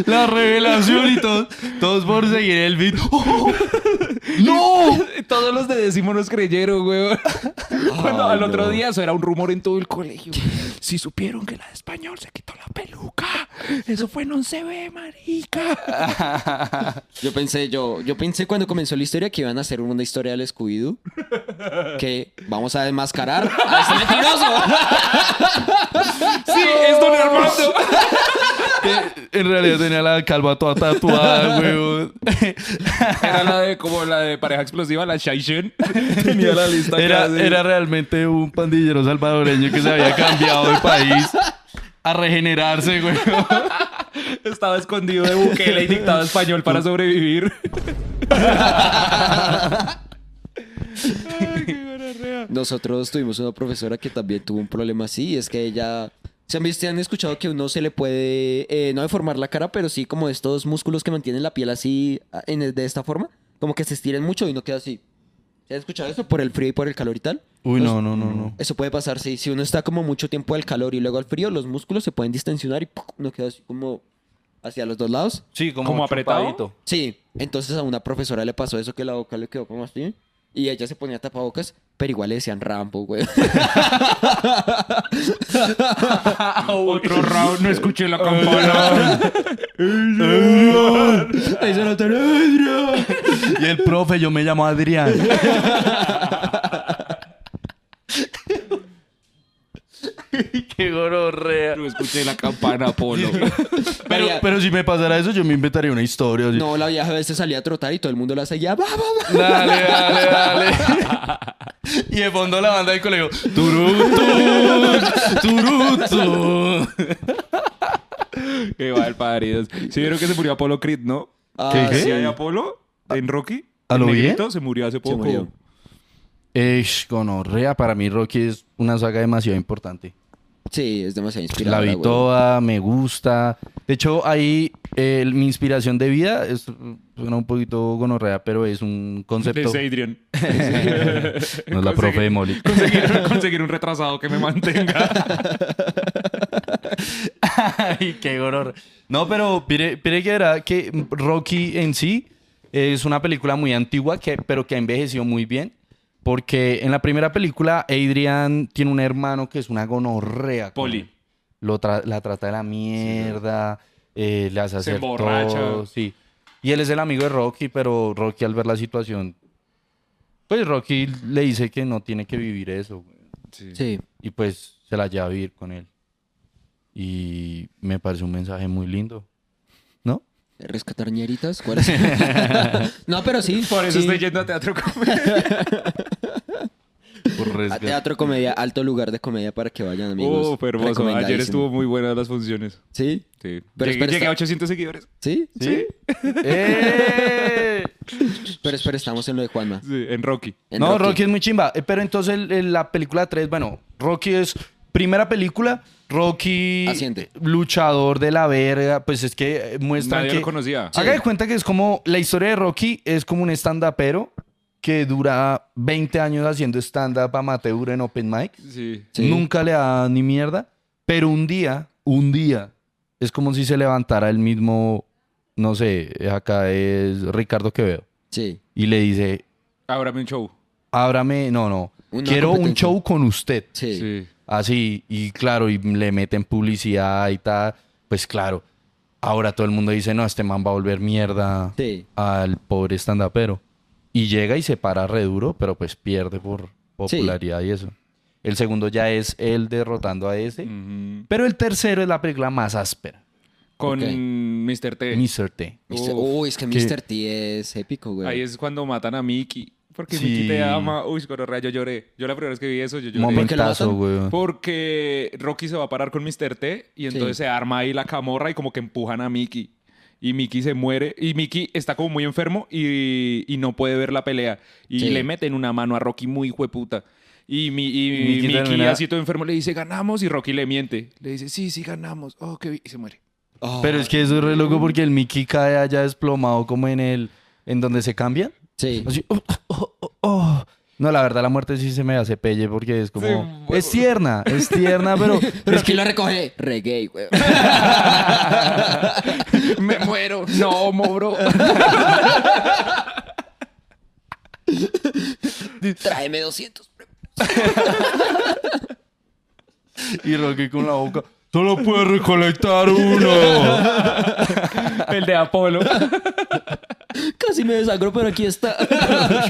S1: La revelación y todos, todos por seguir el beat. ¡Oh! <laughs> ¡No!
S6: Todos los de decimos nos creyeron, güey. Cuando al otro día eso era un rumor en todo el colegio. Si supieron que la de español se quitó la peluca. Eso fue en 11B, marica.
S2: Yo pensé, yo, yo pensé cuando comenzó la historia que iban a hacer una historia del Scooby-Doo. Que vamos a desmascarar a este mentiroso.
S6: Sí, es don Armando.
S1: En realidad tenía la calva toda tatuada, <laughs> güey.
S6: Era la de como la de pareja explosiva, la Shai Shen. Tenía la lista
S1: Era,
S6: acá de-
S1: era realmente un pandillero salvadoreño que se había cambiado de país a regenerarse, güey.
S6: Estaba escondido de Bukele y dictado español para sobrevivir.
S2: Nosotros tuvimos una profesora que también tuvo un problema así, y es que ella... ¿Se han visto, han escuchado que uno se le puede, eh, no deformar la cara, pero sí como estos músculos que mantienen la piel así, a- en el- de esta forma? Como que se estiren mucho y uno queda así. ¿Se han escuchado esto? Por el frío y por el calor y tal.
S1: Uy, no,
S2: Entonces,
S1: no, no, no.
S2: Eso puede pasar, sí. Si uno está como mucho tiempo al calor y luego al frío, los músculos se pueden distensionar y ¡puc! uno queda así como hacia los dos lados.
S1: Sí,
S6: ¿Como apretado?
S1: chupadito.
S2: Sí, entonces a una profesora le pasó eso que la boca le quedó como así. Y ella se ponía tapabocas, pero igual le decían Rambo, güey. <laughs>
S6: Otro round, no escuché la campana.
S2: <laughs> Eso no te lo digo.
S1: Y el profe, yo me llamo Adrián. <laughs> Qué gororrea.
S6: No es escuché la campana Apolo.
S1: Pero,
S2: María-
S1: pero si me pasara eso, yo me inventaría una historia. así.
S2: No, la vieja a veces salía a trotar y todo el mundo la seguía. ¡Va, va, va!
S1: Dale, dale, dale. <laughs> y de fondo la banda del colegio. Turutu, turutu.
S6: que va el padre Dios. Sí, vieron que se murió Apolo Creed, ¿no?
S2: Ah,
S1: ¿Qué?
S6: Si
S2: sí.
S6: hay Apolo en Rocky.
S1: ¿A lo
S6: el
S1: bien?
S6: negrito, Se murió hace poco.
S2: murió.
S1: Eish, gonorrea. Para mí, Rocky es una saga demasiado importante.
S2: Sí, es demasiado
S1: la
S2: inspiradora.
S1: vi
S2: güey.
S1: toda, me gusta. De hecho, ahí eh, mi inspiración de vida es, suena un poquito gonorrea, pero es un concepto.
S6: Es Adrian.
S1: No
S6: <laughs>
S1: es la profe de Molly.
S6: Conseguir, conseguir un retrasado que me mantenga.
S1: Ay, qué horror. No, pero mire, mire que era que Rocky en sí es una película muy antigua, que, pero que ha envejecido muy bien. Porque en la primera película, Adrian tiene un hermano que es una gonorrea.
S6: Poli.
S1: como- Lo tra- la trata de la mierda, eh, le hace hacer
S6: emborracha.
S1: todo, sí. Y él es el amigo de Rocky, pero Rocky al ver la situación, pues Rocky le dice que no tiene que vivir eso. güey.
S2: Sí.
S1: Y pues se la lleva a vivir con él. Y me parece un mensaje muy lindo. ¿No?
S2: ¿Rescatar ñeritas? ¿Cuál
S6: <laughs>
S2: es? no, pero sí.
S6: Por eso
S2: sí.
S6: estoy yendo a teatro comedia.
S2: A teatro comedia, alto lugar de comedia para que vayan, amigos.
S6: Oh, hermoso. Ayer
S2: Recomendadísimo.
S6: estuvo muy buenas las funciones.
S2: ¿Sí? Pero
S6: Sí. llegué,
S2: espera,
S6: llegué a
S2: está-
S6: 800 seguidores.
S2: ¿Sí?
S1: ¿Sí? ¡Eh!
S2: Pero espera, estamos en lo de Juanma.
S6: Sí, en Rocky.
S2: En
S1: no, Rocky. es muy chimba. Eh, Pero entonces el- el- la película 3, bueno, Rocky es primera película. Rocky,
S2: Asciende.
S1: luchador de la verga, pues es que eh, muestran
S6: Nadie
S1: que...
S6: lo conocía.
S1: Haga de cuenta que es como la historia de Rocky es como un stand-upero que dura 20 años haciendo stand-up amateur en open mic.
S6: Sí.
S2: Sí.
S1: Nunca le da ni mierda. Pero un día, un día, es como si se levantara el mismo, no sé, acá es Ricardo Quevedo.
S2: Sí.
S1: Y le dice,
S6: Ábrame un show.
S1: ábrame, no, no,
S2: Una
S1: quiero un
S2: competencia.
S1: show con usted.
S2: Sí.
S1: Así, y claro, y le meten publicidad y tal. Pues claro, ahora todo el mundo dice, no, este man va a volver mierda
S2: Sí.
S1: al pobre stand-upero. Y llega y se para re duro, pero pues pierde por popularidad y eso. El segundo ya es él derrotando a ese.
S2: Mm.
S6: Ujú.
S1: Pero el tercero es la película más áspera,
S6: Con
S2: Ok.
S6: Mr. T.
S1: Mr. T.
S2: Mister-
S6: Uf,
S2: Uy, es que
S1: que-
S2: Mr. T es épico, güey.
S6: Ahí es cuando matan a Mickey. Porque
S1: Sí.
S6: Mickey te ama. Uy, gonorrea, yo lloré. Yo la primera vez que vi eso, yo lloré.
S2: Momento.
S1: Momentazo,
S2: matan?
S1: güey.
S6: Porque Rocky se va a parar con Mr. T y entonces
S2: Sí.
S6: se arma ahí la camorra y como que empujan a Mickey. Y Mickey se muere. Y Mickey está como muy enfermo y, y no puede ver la pelea. Y
S2: Sí.
S6: le meten una mano a Rocky muy hijueputa. Y, mi, y
S1: Mickey
S6: Mickey,
S1: termina-
S6: así todo enfermo le dice, ganamos. Y Rocky le miente. Le dice, sí, sí, ganamos. Oh, qué bien", Y se muere.
S2: Oh,
S1: Pero es que eso es re loco porque el Mickey cae allá desplomado como en el... En donde se cambian.
S2: Sí.
S1: Así, oh, oh, oh, oh. No, la verdad, la muerte sí se me hace pelle porque es como...
S6: Sí,
S1: es tierna, es tierna, pero... <laughs>
S2: Pero
S1: es que
S2: ¿quién lo recoge?
S1: <laughs>
S2: Reggae, güey.
S6: Me muero. No, mobro.
S2: Tráeme 200.
S1: Y Rocky con la boca... Solo puede recolectar uno.
S6: El de Apolo.
S2: Casi me desagro, pero
S1: <laughs>
S2: aquí está.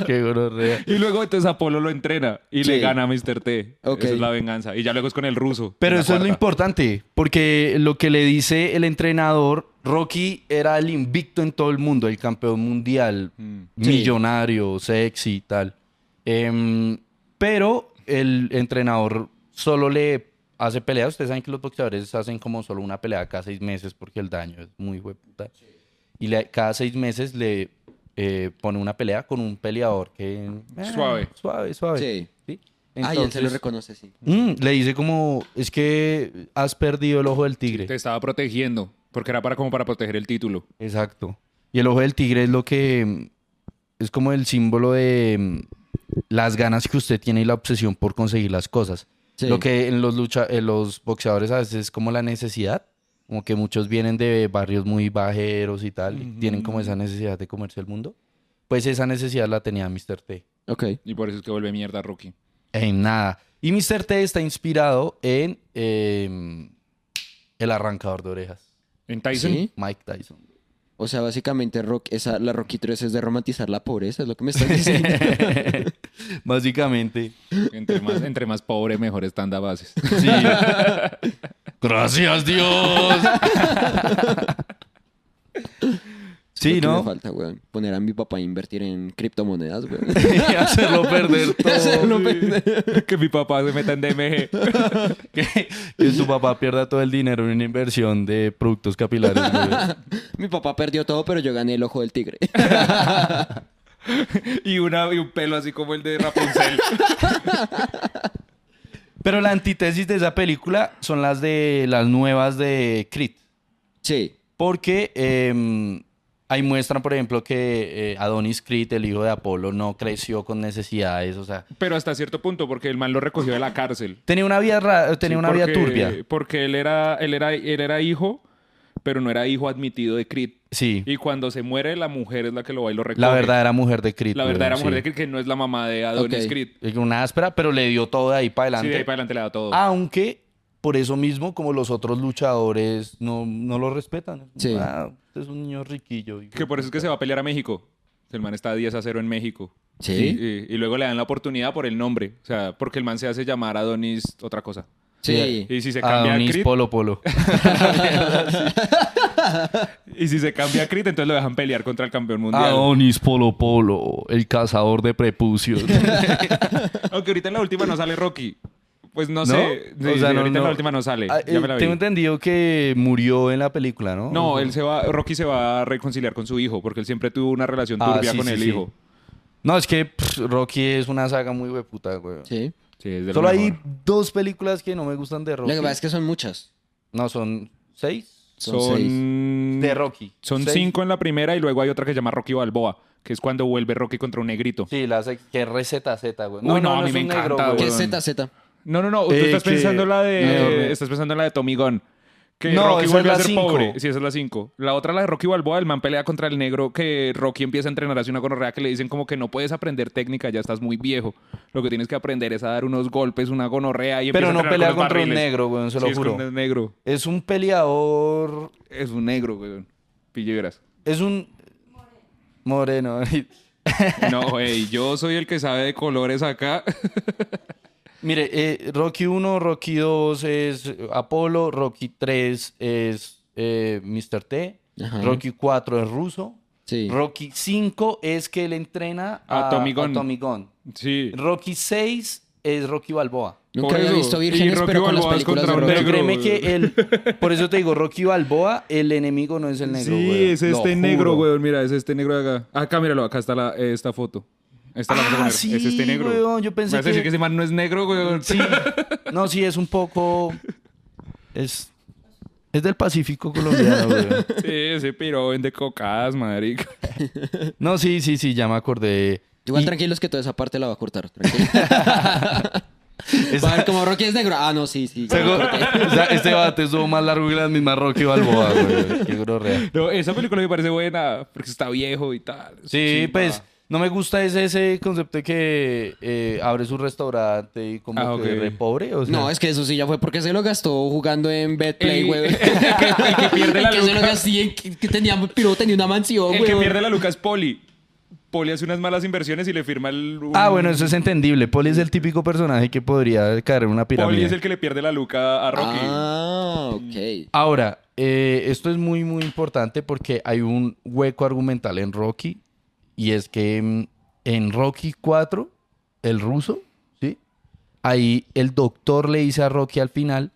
S1: <laughs> Qué gonorrea.
S6: Y luego entonces Apolo lo entrena y le
S2: Sí.
S6: gana a Mr. T.
S2: Ok.
S6: Esa es la venganza. Y ya luego es con el ruso.
S1: Pero
S6: en la
S1: eso es lo
S6: cuarta.
S1: importante, porque lo que le dice el entrenador, Rocky era el invicto en todo el mundo, el campeón mundial,
S6: Mm.
S2: Sí.
S1: millonario, sexy y tal. Em, pero el entrenador solo le hace pelea. Ustedes saben que los boxeadores hacen como solo una pelea cada seis meses porque el daño es muy hueputa. Y le- cada seis meses le eh, pone una pelea con un peleador que... eh,
S6: Suave.
S1: Suave, suave.
S2: Sí.
S1: Entonces,
S2: Ay, él se lo reconoce, sí.
S1: Mm, le dice como, es que has perdido el ojo del tigre.
S6: Te estaba protegiendo. Porque era para como para proteger el título.
S1: Exacto. Y el ojo del tigre es lo que mm, es como el símbolo de mm, las ganas que usted tiene y la obsesión por conseguir las cosas.
S2: Sí.
S1: Lo que en los lucha, en los boxeadores a veces es como la necesidad, como que muchos vienen de barrios muy bajeros y tal, y tienen como esa necesidad de comerse el mundo. Pues esa necesidad la tenía Mr. T.
S2: Ok.
S6: Y por eso es que vuelve mierda Rocky.
S1: En nada. Y Mr. T está inspirado en em, el arrancador de orejas.
S6: En Tyson.
S2: Sí.
S1: Mike <laughs> Tyson.
S2: O sea, básicamente rock, esa, la Rocky 3 es de romantizar la pobreza, es lo que me están diciendo.
S1: <laughs> Básicamente. <laughs>
S6: Entre, más, entre más pobre, mejor están las bases.
S1: Sí. Gracias Dios. sí,
S2: Lo que me
S1: ¿no?
S2: falta, weón. Poner a mi papá a invertir en criptomonedas,
S6: <laughs>
S2: weón.
S1: y hacerlo perder todo.
S2: <laughs> Hacerlo perder.
S1: pues,
S6: que mi papá se meta en DMG.
S1: <laughs> que, que su papá pierda todo el dinero en una inversión de productos capilares. güey.
S2: mi papá perdió todo, pero yo gané el ojo del
S6: <laughs>
S2: tigre.
S6: y, una, y un pelo así como el de Rapunzel.
S1: <laughs> Pero la antítesis de esa película son las de las nuevas de Creed.
S2: sí.
S1: Porque eh, ahí muestran, por ejemplo, que eh, Adonis Creed, el hijo de Apolo, no creció con necesidades. O sea,
S6: Pero hasta cierto punto, porque el man lo recogió de la cárcel.
S1: tenía una vida, ra- tenía
S6: Sí,
S1: una vida
S6: porque-
S1: turbia.
S6: Porque él era, él, era, él era hijo, pero no era hijo admitido de Creed.
S1: Sí,
S6: Y cuando se muere, la mujer es la que lo va y lo recoge.
S1: la verdadera mujer de Creed.
S6: La
S1: güey,
S6: verdadera
S1: sí.
S6: mujer de Creed, que no es la mamá de Adonis
S2: Ok.
S6: Creed. Sí,
S1: Es Una áspera, pero le dio todo de ahí para adelante. Ah.
S6: de ahí para adelante le da todo.
S1: Aunque por eso mismo, como los otros luchadores no, no lo respetan.
S2: Sí.
S1: Ah, este es un niño riquillo. hijo
S6: Que por eso es que se va a pelear a México. El man está 10 a 0 en México.
S2: Sí.
S6: Y, y luego le dan la oportunidad por el nombre. O sea, porque el man se hace llamar Adonis otra cosa.
S2: Sí.
S6: Y si se cambia
S1: Adonis
S6: a Creed,
S1: Polo Polo.
S6: y si se cambia a Creed, entonces lo dejan pelear contra el campeón mundial.
S1: Adonis Polo Polo, el cazador de prepucios.
S6: <laughs> Aunque ahorita en la última no sale Rocky. Pues <laughs> no, sé. Sí, sí, ahorita en la última no sale.
S1: Ah,
S6: Ya
S1: eh,
S6: me la vi.
S1: Tengo entendido que murió en la película, ¿no?
S6: No, él se va, Rocky se va a reconciliar con su hijo, porque él siempre tuvo una relación
S1: Ah,
S6: turbia
S1: sí,
S6: con
S1: sí,
S6: el
S1: sí.
S6: hijo.
S1: No, es que pff, Rocky es una saga muy hueputa, güey.
S2: Sí.
S6: Sí, es de lo
S1: Solo hay
S6: mejor.
S1: dos películas que no me gustan de
S2: Lo
S1: Rocky.
S2: que pasa es que son muchas.
S1: No, son seis
S2: Son,
S6: son,
S2: seis.
S1: de Rocky.
S6: Mm, son
S1: Seis.
S6: cinco en la primera y luego hay otra que se llama Rocky Balboa, que es cuando vuelve Rocky contra un negrito.
S1: Sí, la seis, que es RZZ, güey.
S6: Uy, no, a mí
S1: es
S6: me
S1: un
S6: encanta,
S1: güey.
S2: ¿Qué es
S6: weón.
S2: ZZ?
S6: No, no, no. Tú
S1: Eh,
S6: estás
S1: que-
S6: pensando la de.
S1: No, no.
S6: estás pensando en la de Tommy Gunn. Que
S1: No,
S6: Rocky
S1: esa
S6: vuelve
S1: es
S6: a
S1: la
S6: ser
S1: cinco.
S6: pobre. Sí, esa es la 5. La otra, la de Rocky Balboa, el man pelea contra el negro que Rocky empieza a entrenar hacia una gonorrea que le dicen como que no puedes aprender técnica, ya estás muy viejo. Lo que tienes que aprender es a dar unos golpes, una gonorrea y
S1: Pero
S6: empieza
S1: no
S6: a entrenar
S1: pelea
S6: con los
S1: contra un
S6: barriles.
S1: negro, güey, se
S6: Sí,
S1: lo
S6: es
S1: juro.
S6: con un negro.
S1: Es un peleador.
S6: Es un negro, güey. Pille, verás.
S1: Es un. Moreno. <laughs>
S6: No, hey, yo soy el que sabe de colores acá. <laughs>
S1: Mire, eh, Rocky 1, Rocky 2 es eh, Apolo, Rocky 3 es eh, Mr. T,
S2: Ajá.
S1: Rocky 4 es ruso,
S2: Sí.
S1: Rocky 5 es que él entrena a,
S6: A Tommy Gunn.
S1: Gunn.
S6: Sí.
S1: Rocky 6 es Rocky Balboa.
S2: Nunca
S6: Por
S2: había
S6: eso.
S2: visto
S6: Y
S2: vírgenes,
S6: Rocky
S2: pero con las
S6: Balboa es
S2: películas de
S6: contra un
S2: Rocky.
S1: Pero
S6: negro,
S1: créeme
S6: güey.
S1: que
S6: <laughs>
S1: él, por eso te digo, Rocky Balboa, el enemigo no es el negro.
S6: sí,
S1: güey,
S6: es
S1: lo
S6: este
S1: juro.
S6: negro, weón. Mira, es este negro de acá. Acá, míralo, acá está la, eh, esta foto. Esta la vamos a
S1: Ah,
S6: poner.
S1: sí,
S6: es este negro.
S1: weón, yo pensé
S6: Me vas a decir
S1: que-
S6: que ese man no es negro,
S1: <laughs>
S6: weón.
S1: Sí. No, sí, es un poco. Es. Es del Pacífico colombiano, güey.
S6: Sí, ese piro vende cocadas, marica.
S1: No, sí, sí, sí, ya me acordé.
S2: Igual
S1: Y-
S2: tranquilos que toda esa parte la va a cortar.
S6: <laughs>
S2: Tranquilo. Va a ver como Rocky es negro. Ah, no, sí, sí.
S1: <laughs>
S2: ya
S1: Tengo-
S2: lo corté.
S1: o sea, este debate estuvo más largo que las mismas Rocky Balboa, güey. Qué gonorrea.
S6: No, esa película me parece buena porque está viejo y tal. Es
S1: Sí,
S6: chimba.
S1: pues, no me gusta ese, ese concepto de que eh, abre su restaurante y como
S6: Ah,
S1: que
S6: ok.
S1: re pobre. O sea,
S2: No, es que eso sí ya fue porque se lo gastó jugando en Betplay,
S6: El-
S2: güey.
S6: <laughs> el que- el que
S2: <laughs>
S6: pierde la
S2: Que se lo
S6: luca.
S2: gastó y que que tenía, pero tenía una mansión,
S6: El que
S2: güey.
S6: pierde la Lucas Poli. Poli hace unas malas inversiones y le firma el. un-
S1: Ah, bueno, eso es entendible. Poli es el típico personaje que podría caer en una pirámide.
S6: Poli es el que le pierde la Luca a Rocky.
S2: Ah, ok.
S1: Ahora, eh, esto es muy, muy importante porque hay un hueco argumental en Rocky y es que mm, en Rocky 4, el ruso, ¿sí? Ahí el doctor le dice a Rocky al final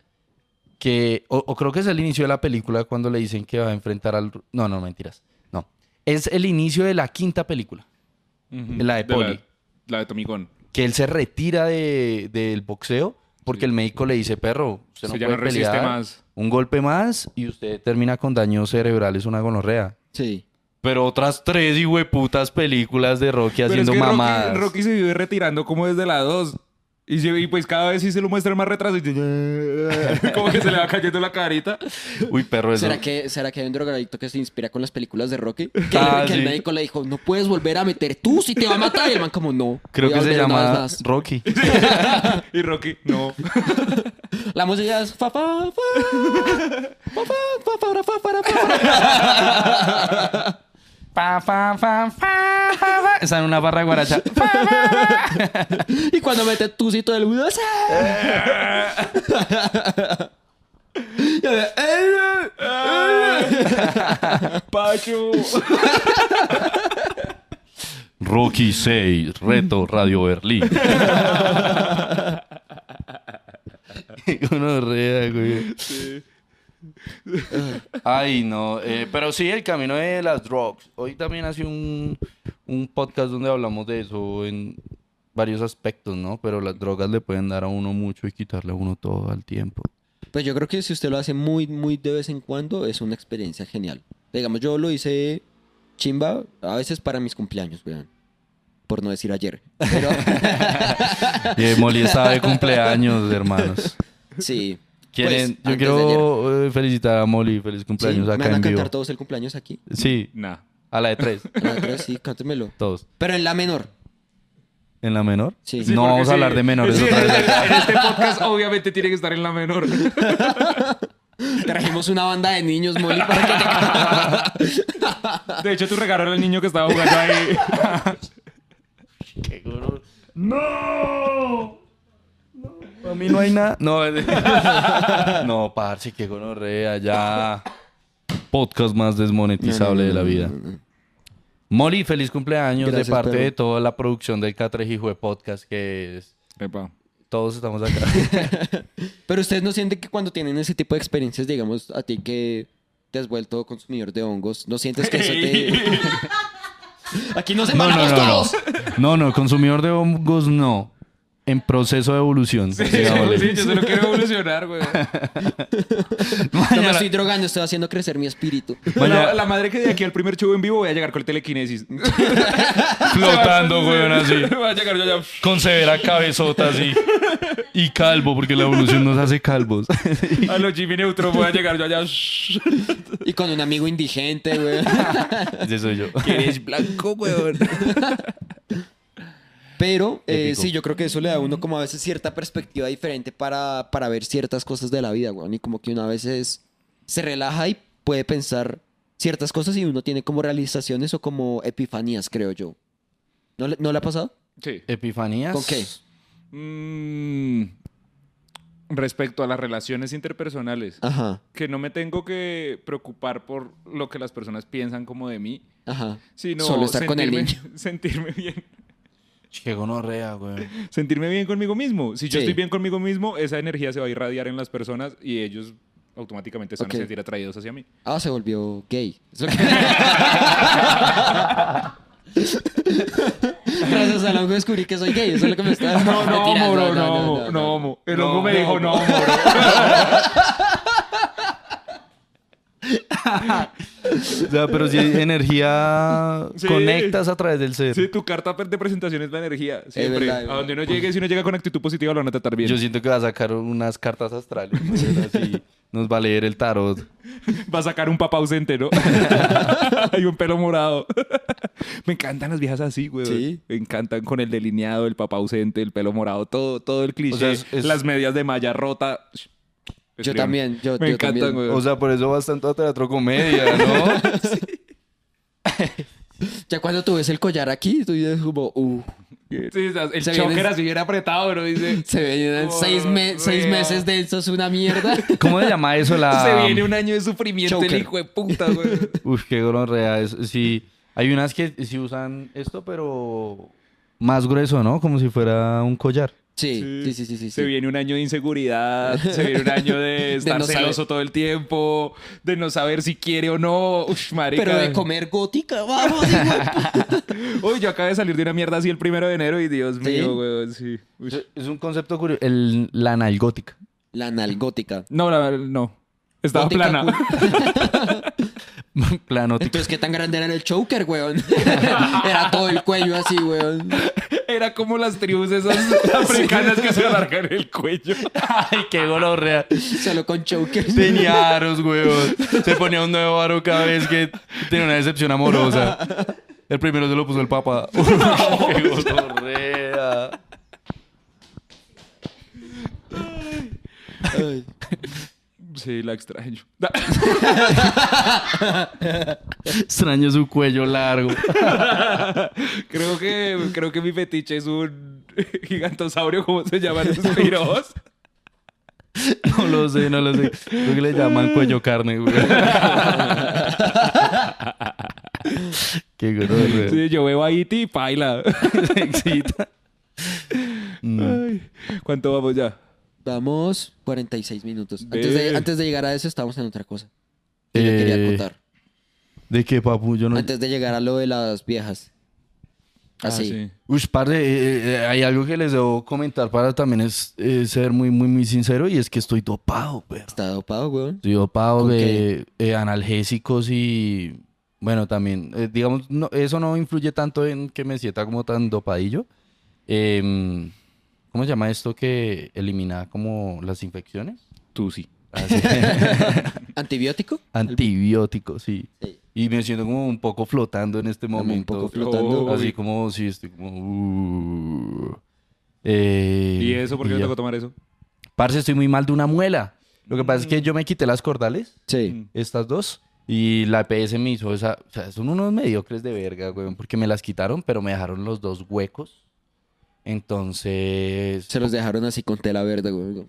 S1: que, o, o creo que es el inicio de la película cuando le dicen que va a enfrentar al... ru- No, no, mentiras. No. Es el inicio de la quinta película,
S6: Ujú.
S1: la de Poli.
S6: La, la de Tommy Gunn.
S1: que él se retira de- del boxeo porque el médico le dice, perro, usted no
S6: Usted ya
S1: puede
S6: no resiste
S1: pelear.
S6: más".
S1: Un golpe más y usted termina con daños cerebrales, una gonorrea.
S2: Sí.
S1: Pero otras tres putas películas de Rocky
S6: Pero
S1: haciendo
S6: es que Rocky-
S1: mamadas.
S6: Rocky, se vive retirando como desde la 2. Y, se- y pues cada vez sí se lo muestra más retraso. Y dice, <laughs> como que se le va cayendo la carita.
S1: Uy, perro, eso.
S2: ¿Será que, ¿Será que hay un drogadicto que se inspira con las películas de Rocky? Que,
S1: Ah,
S2: que el
S1: sí.
S2: médico le dijo, no puedes volver a meter tú si te va a matar. Y el man como, no.
S1: Creo
S2: voy a
S1: que se
S2: volver una vez
S1: llama
S2: más".
S1: Rocky.
S6: Y Rocky, no. <laughs>
S2: La música es... fa, fa,
S6: <laughs>
S2: fa, fa, fa, fa, fa, fa, fa, fa, fa.
S1: Pa, fa, fa, fa, fa, fa. Está en una barra de guaracha. Fa, fa.
S2: Y cuando mete tú si todo el mundo... "Ah".
S6: Pacho.
S1: Rocky 6, reto Radio Berlín. <laughs> Gonorrea, güey. Ah. Ay, no. eh, pero sí, el camino de las drugs. Hoy también hace un, un podcast donde hablamos de eso en varios aspectos, ¿no? Pero las drogas le pueden dar a uno mucho y quitarle a uno todo al tiempo.
S2: Pues yo creo que si usted lo hace muy, muy de vez en cuando, es una experiencia genial. Digamos, yo lo hice chimba a veces para mis cumpleaños, weón. Por no decir ayer. Pero
S1: Y eh, Molly estaba de cumpleaños, hermanos.
S2: sí.
S1: Quieren, yo
S2: Pues, antes de ayer.
S1: quiero eh, felicitar a Molly. Feliz
S2: Sí,
S1: cumpleaños
S2: me van
S1: acá
S2: a
S1: en
S2: cantar
S1: vivo.
S2: todos el cumpleaños aquí.
S1: Sí,
S6: Nah.
S1: a la de tres.
S2: A la otra, sí, cántemelo.
S1: Todos.
S2: Pero en la menor.
S1: ¿En la menor?
S2: Sí.
S1: no vamos a hablar de menores
S6: Sí, en,
S1: otra vez.
S6: este, en este podcast obviamente tiene que estar en la menor.
S2: Trajimos una banda de niños, Molly, para que
S6: De hecho, tu regalo era el niño que estaba jugando ahí.
S1: A mí no hay nada. No, es- <laughs> no, parce, qué gonorrea, ya. Podcast más desmonetizable de la vida. Molly, feliz cumpleaños de
S2: Gracias,
S1: parte
S2: perro.
S1: de toda la producción del Catrejijue Podcast, que es...
S6: Epa.
S1: Todos estamos <laughs> acá.
S2: Pero ustedes no sienten que cuando tienen ese tipo de experiencias, digamos, a ti que te has vuelto consumidor de hongos, ¿no sientes que eso te... <laughs> Aquí nos
S1: No, no,
S2: separamos
S1: no, no.
S2: todos.
S1: No, no, consumidor de hongos no. En proceso de evolución. digámosle.
S6: <laughs> Sí, yo solo quiero evolucionar, güey.
S2: No me
S1: Mañana-
S2: estoy drogando, estoy haciendo crecer mi espíritu.
S1: Mañana-
S6: La, la madre que de aquí al primer show en vivo voy a llegar con
S1: <laughs>
S6: el telequinesis.
S1: flotando, weón, así.
S6: <laughs> Voy a llegar yo allá.
S1: Con severa cabezota, así. Y calvo, porque la evolución nos hace calvos. <laughs>
S6: A los Jimmy Neutron voy a llegar yo allá. <laughs>
S2: Y con un amigo indigente, güey.
S1: Ese soy yo.
S6: Eres blanco, weón.
S2: <laughs> Pero eh,
S1: Épico.
S2: sí, yo creo que eso le da a uno como a veces cierta perspectiva diferente para, para ver ciertas cosas de la vida, güey. Y como que uno a veces se relaja y puede pensar ciertas cosas y uno tiene como realizaciones o como epifanías, creo yo. ¿No le, no le ha pasado?
S6: Sí.
S1: ¿Epifanías?
S2: ¿Con qué?
S6: Mm, respecto a las relaciones interpersonales,
S2: Ajá,
S6: que no me tengo que preocupar por lo que las personas piensan como de mí,
S2: ajá.
S6: sino
S2: Solo estar con el
S6: sentirme, <laughs> sentirme bien.
S1: Qué gonorrea, güey.
S6: Sentirme bien conmigo mismo. Si yo
S2: Sí.
S6: estoy bien conmigo mismo, esa energía se va a irradiar en las personas y ellos automáticamente se van
S2: Ok.
S6: a sentir atraídos hacia mí.
S2: Ah, se volvió <laughs> gay. Es lo que- Gracias al hongo descubrí que soy gay. Eso es lo que me está...
S6: No, no,
S2: Mentira,
S6: amo, bro, no, amo, no, amo. El hongo me dijo, no, amo, <laughs> bro.
S1: O sea, pero si energía
S6: <laughs> Sí.
S1: conectas a través del ser.
S6: Sí, tu carta de presentación es la energía. Siempre.
S2: verdad, es
S6: a donde uno llegue, si uno llega con actitud positiva, lo van a tratar bien.
S1: Yo siento que va a sacar unas cartas astrales. ¿no? Así nos va a leer el tarot.
S6: Va a sacar un papá ausente, <laughs> ¿no? y un pelo morado. Me encantan las viejas así, güey.
S2: Sí.
S6: Me encantan con el delineado, el papá ausente, el pelo morado, todo, todo el cliché.
S1: O sea, es- es-
S6: Las medias de malla rota.
S2: Yo también, yo-
S6: Me
S2: yo
S6: encantan,
S2: también.
S6: güey.
S1: O sea, por eso vas tanto a teatro comedia, ¿no?
S2: Ya cuando tú ves el collar aquí, tú dices como... Uh,
S6: Sí, o sea, el
S2: Se
S6: choker
S2: viene-
S6: así bien apretado, bro. Dice,
S2: Se vienen
S6: Oh,
S2: seis, me- seis
S6: vea.
S2: meses de eso, es una
S6: <laughs>
S2: mierda.
S1: <laughs> ¿Cómo se llama eso? La...
S6: se viene un año de sufrimiento
S2: Ah, Choker.
S6: el hijo de puta, güey.
S1: Uf, qué gonorrea. Es, sí, hay unas que sí usan esto, pero más grueso, ¿no? Como si fuera un collar.
S2: Sí, sí, sí, sí. sí,
S6: <laughs> Se
S2: sí.
S6: viene un año de
S2: <laughs>
S6: inseguridad, se viene un año de estar
S2: no saber.
S6: celoso todo el tiempo, de no saber si quiere o no. Uf, marica.
S2: Pero de comer gótica, vamos,
S6: <laughs>
S2: hijo de puta.
S6: Uy, yo acabé de salir de una mierda así el primero de enero y Dios mío, weón, sí. Uy.
S1: Es, es un concepto curioso. El, la <laughs> analgótica.
S2: La analgótica.
S6: No, la verdad, no. Estaba
S2: Gótica,
S6: plana.
S2: cu-
S1: Planótica.
S2: Entonces, ¿qué tan grande era el choker, weón? <laughs> era todo el cuello así, weón.
S6: <laughs> Era como las tribus <laughs> esas africanas que se alargan el cuello.
S1: Ay, qué gonorrea.
S2: Solo con choker.
S1: Tenía aros, huevón. Se ponía un nuevo aro cada vez que tenía una decepción amorosa. El primero se lo puso el papa. <laughs> Uf, qué gonorrea.
S2: Ay.
S6: Sí, la <laughs> extraño.
S1: Extraño su cuello largo.
S6: Creo que, creo que mi <laughs> fetiche es un gigantosaurio, ¿cómo se llaman esos piros?
S1: No lo sé, no lo sé. Creo que le llaman cuello carne, güey. Qué groso.
S6: Sí, yo veo a Iti y <laughs> paila.
S1: Se excita.
S6: Mm. Ay, ¿Cuánto vamos ya?
S2: Vamos 46 minutos.
S6: Ve.
S2: Antes de, antes de llegar a eso, estábamos en otra cosa. Que yo quería
S1: Eh,
S2: contar.
S1: ¿De qué, papu? Yo no...
S2: Antes de llegar a lo de las viejas. Así.
S6: Ah, sí.
S1: Uy, padre, eh, hay algo que les debo comentar para también es, eh, ser muy, muy, muy sincero y es que estoy dopado, pues. perro.
S2: Está dopado, weón.
S1: Estoy dopado
S2: ¿Con
S1: de eh, analgésicos y, bueno, también, eh, digamos, no, eso no influye tanto en que me sienta como tan dopadillo. Em, ¿Cómo se llama esto que elimina como las infecciones? Ah,
S6: Tú sí.
S1: Así.
S2: ¿Antibiótico?
S1: Antibióticos, sí.
S2: Sí.
S1: Y me siento como un poco flotando en este
S2: Como
S1: momento.
S2: un poco flotando.
S6: Oh.
S1: Así como si estoy como. uh. Eh,
S6: ¿Y eso por
S1: y
S6: qué me
S1: ya.
S6: tocó tomar eso?
S1: Parce, estoy muy mal de una muela. Lo que pasa es que yo me quité las cordales,
S2: Sí.
S1: estas dos, y la EPS me hizo esa. O sea, son unos mediocres de verga, güey, porque me las quitaron, pero me dejaron los dos huecos. Entonces.
S2: Se los dejaron así con tela verde, weón.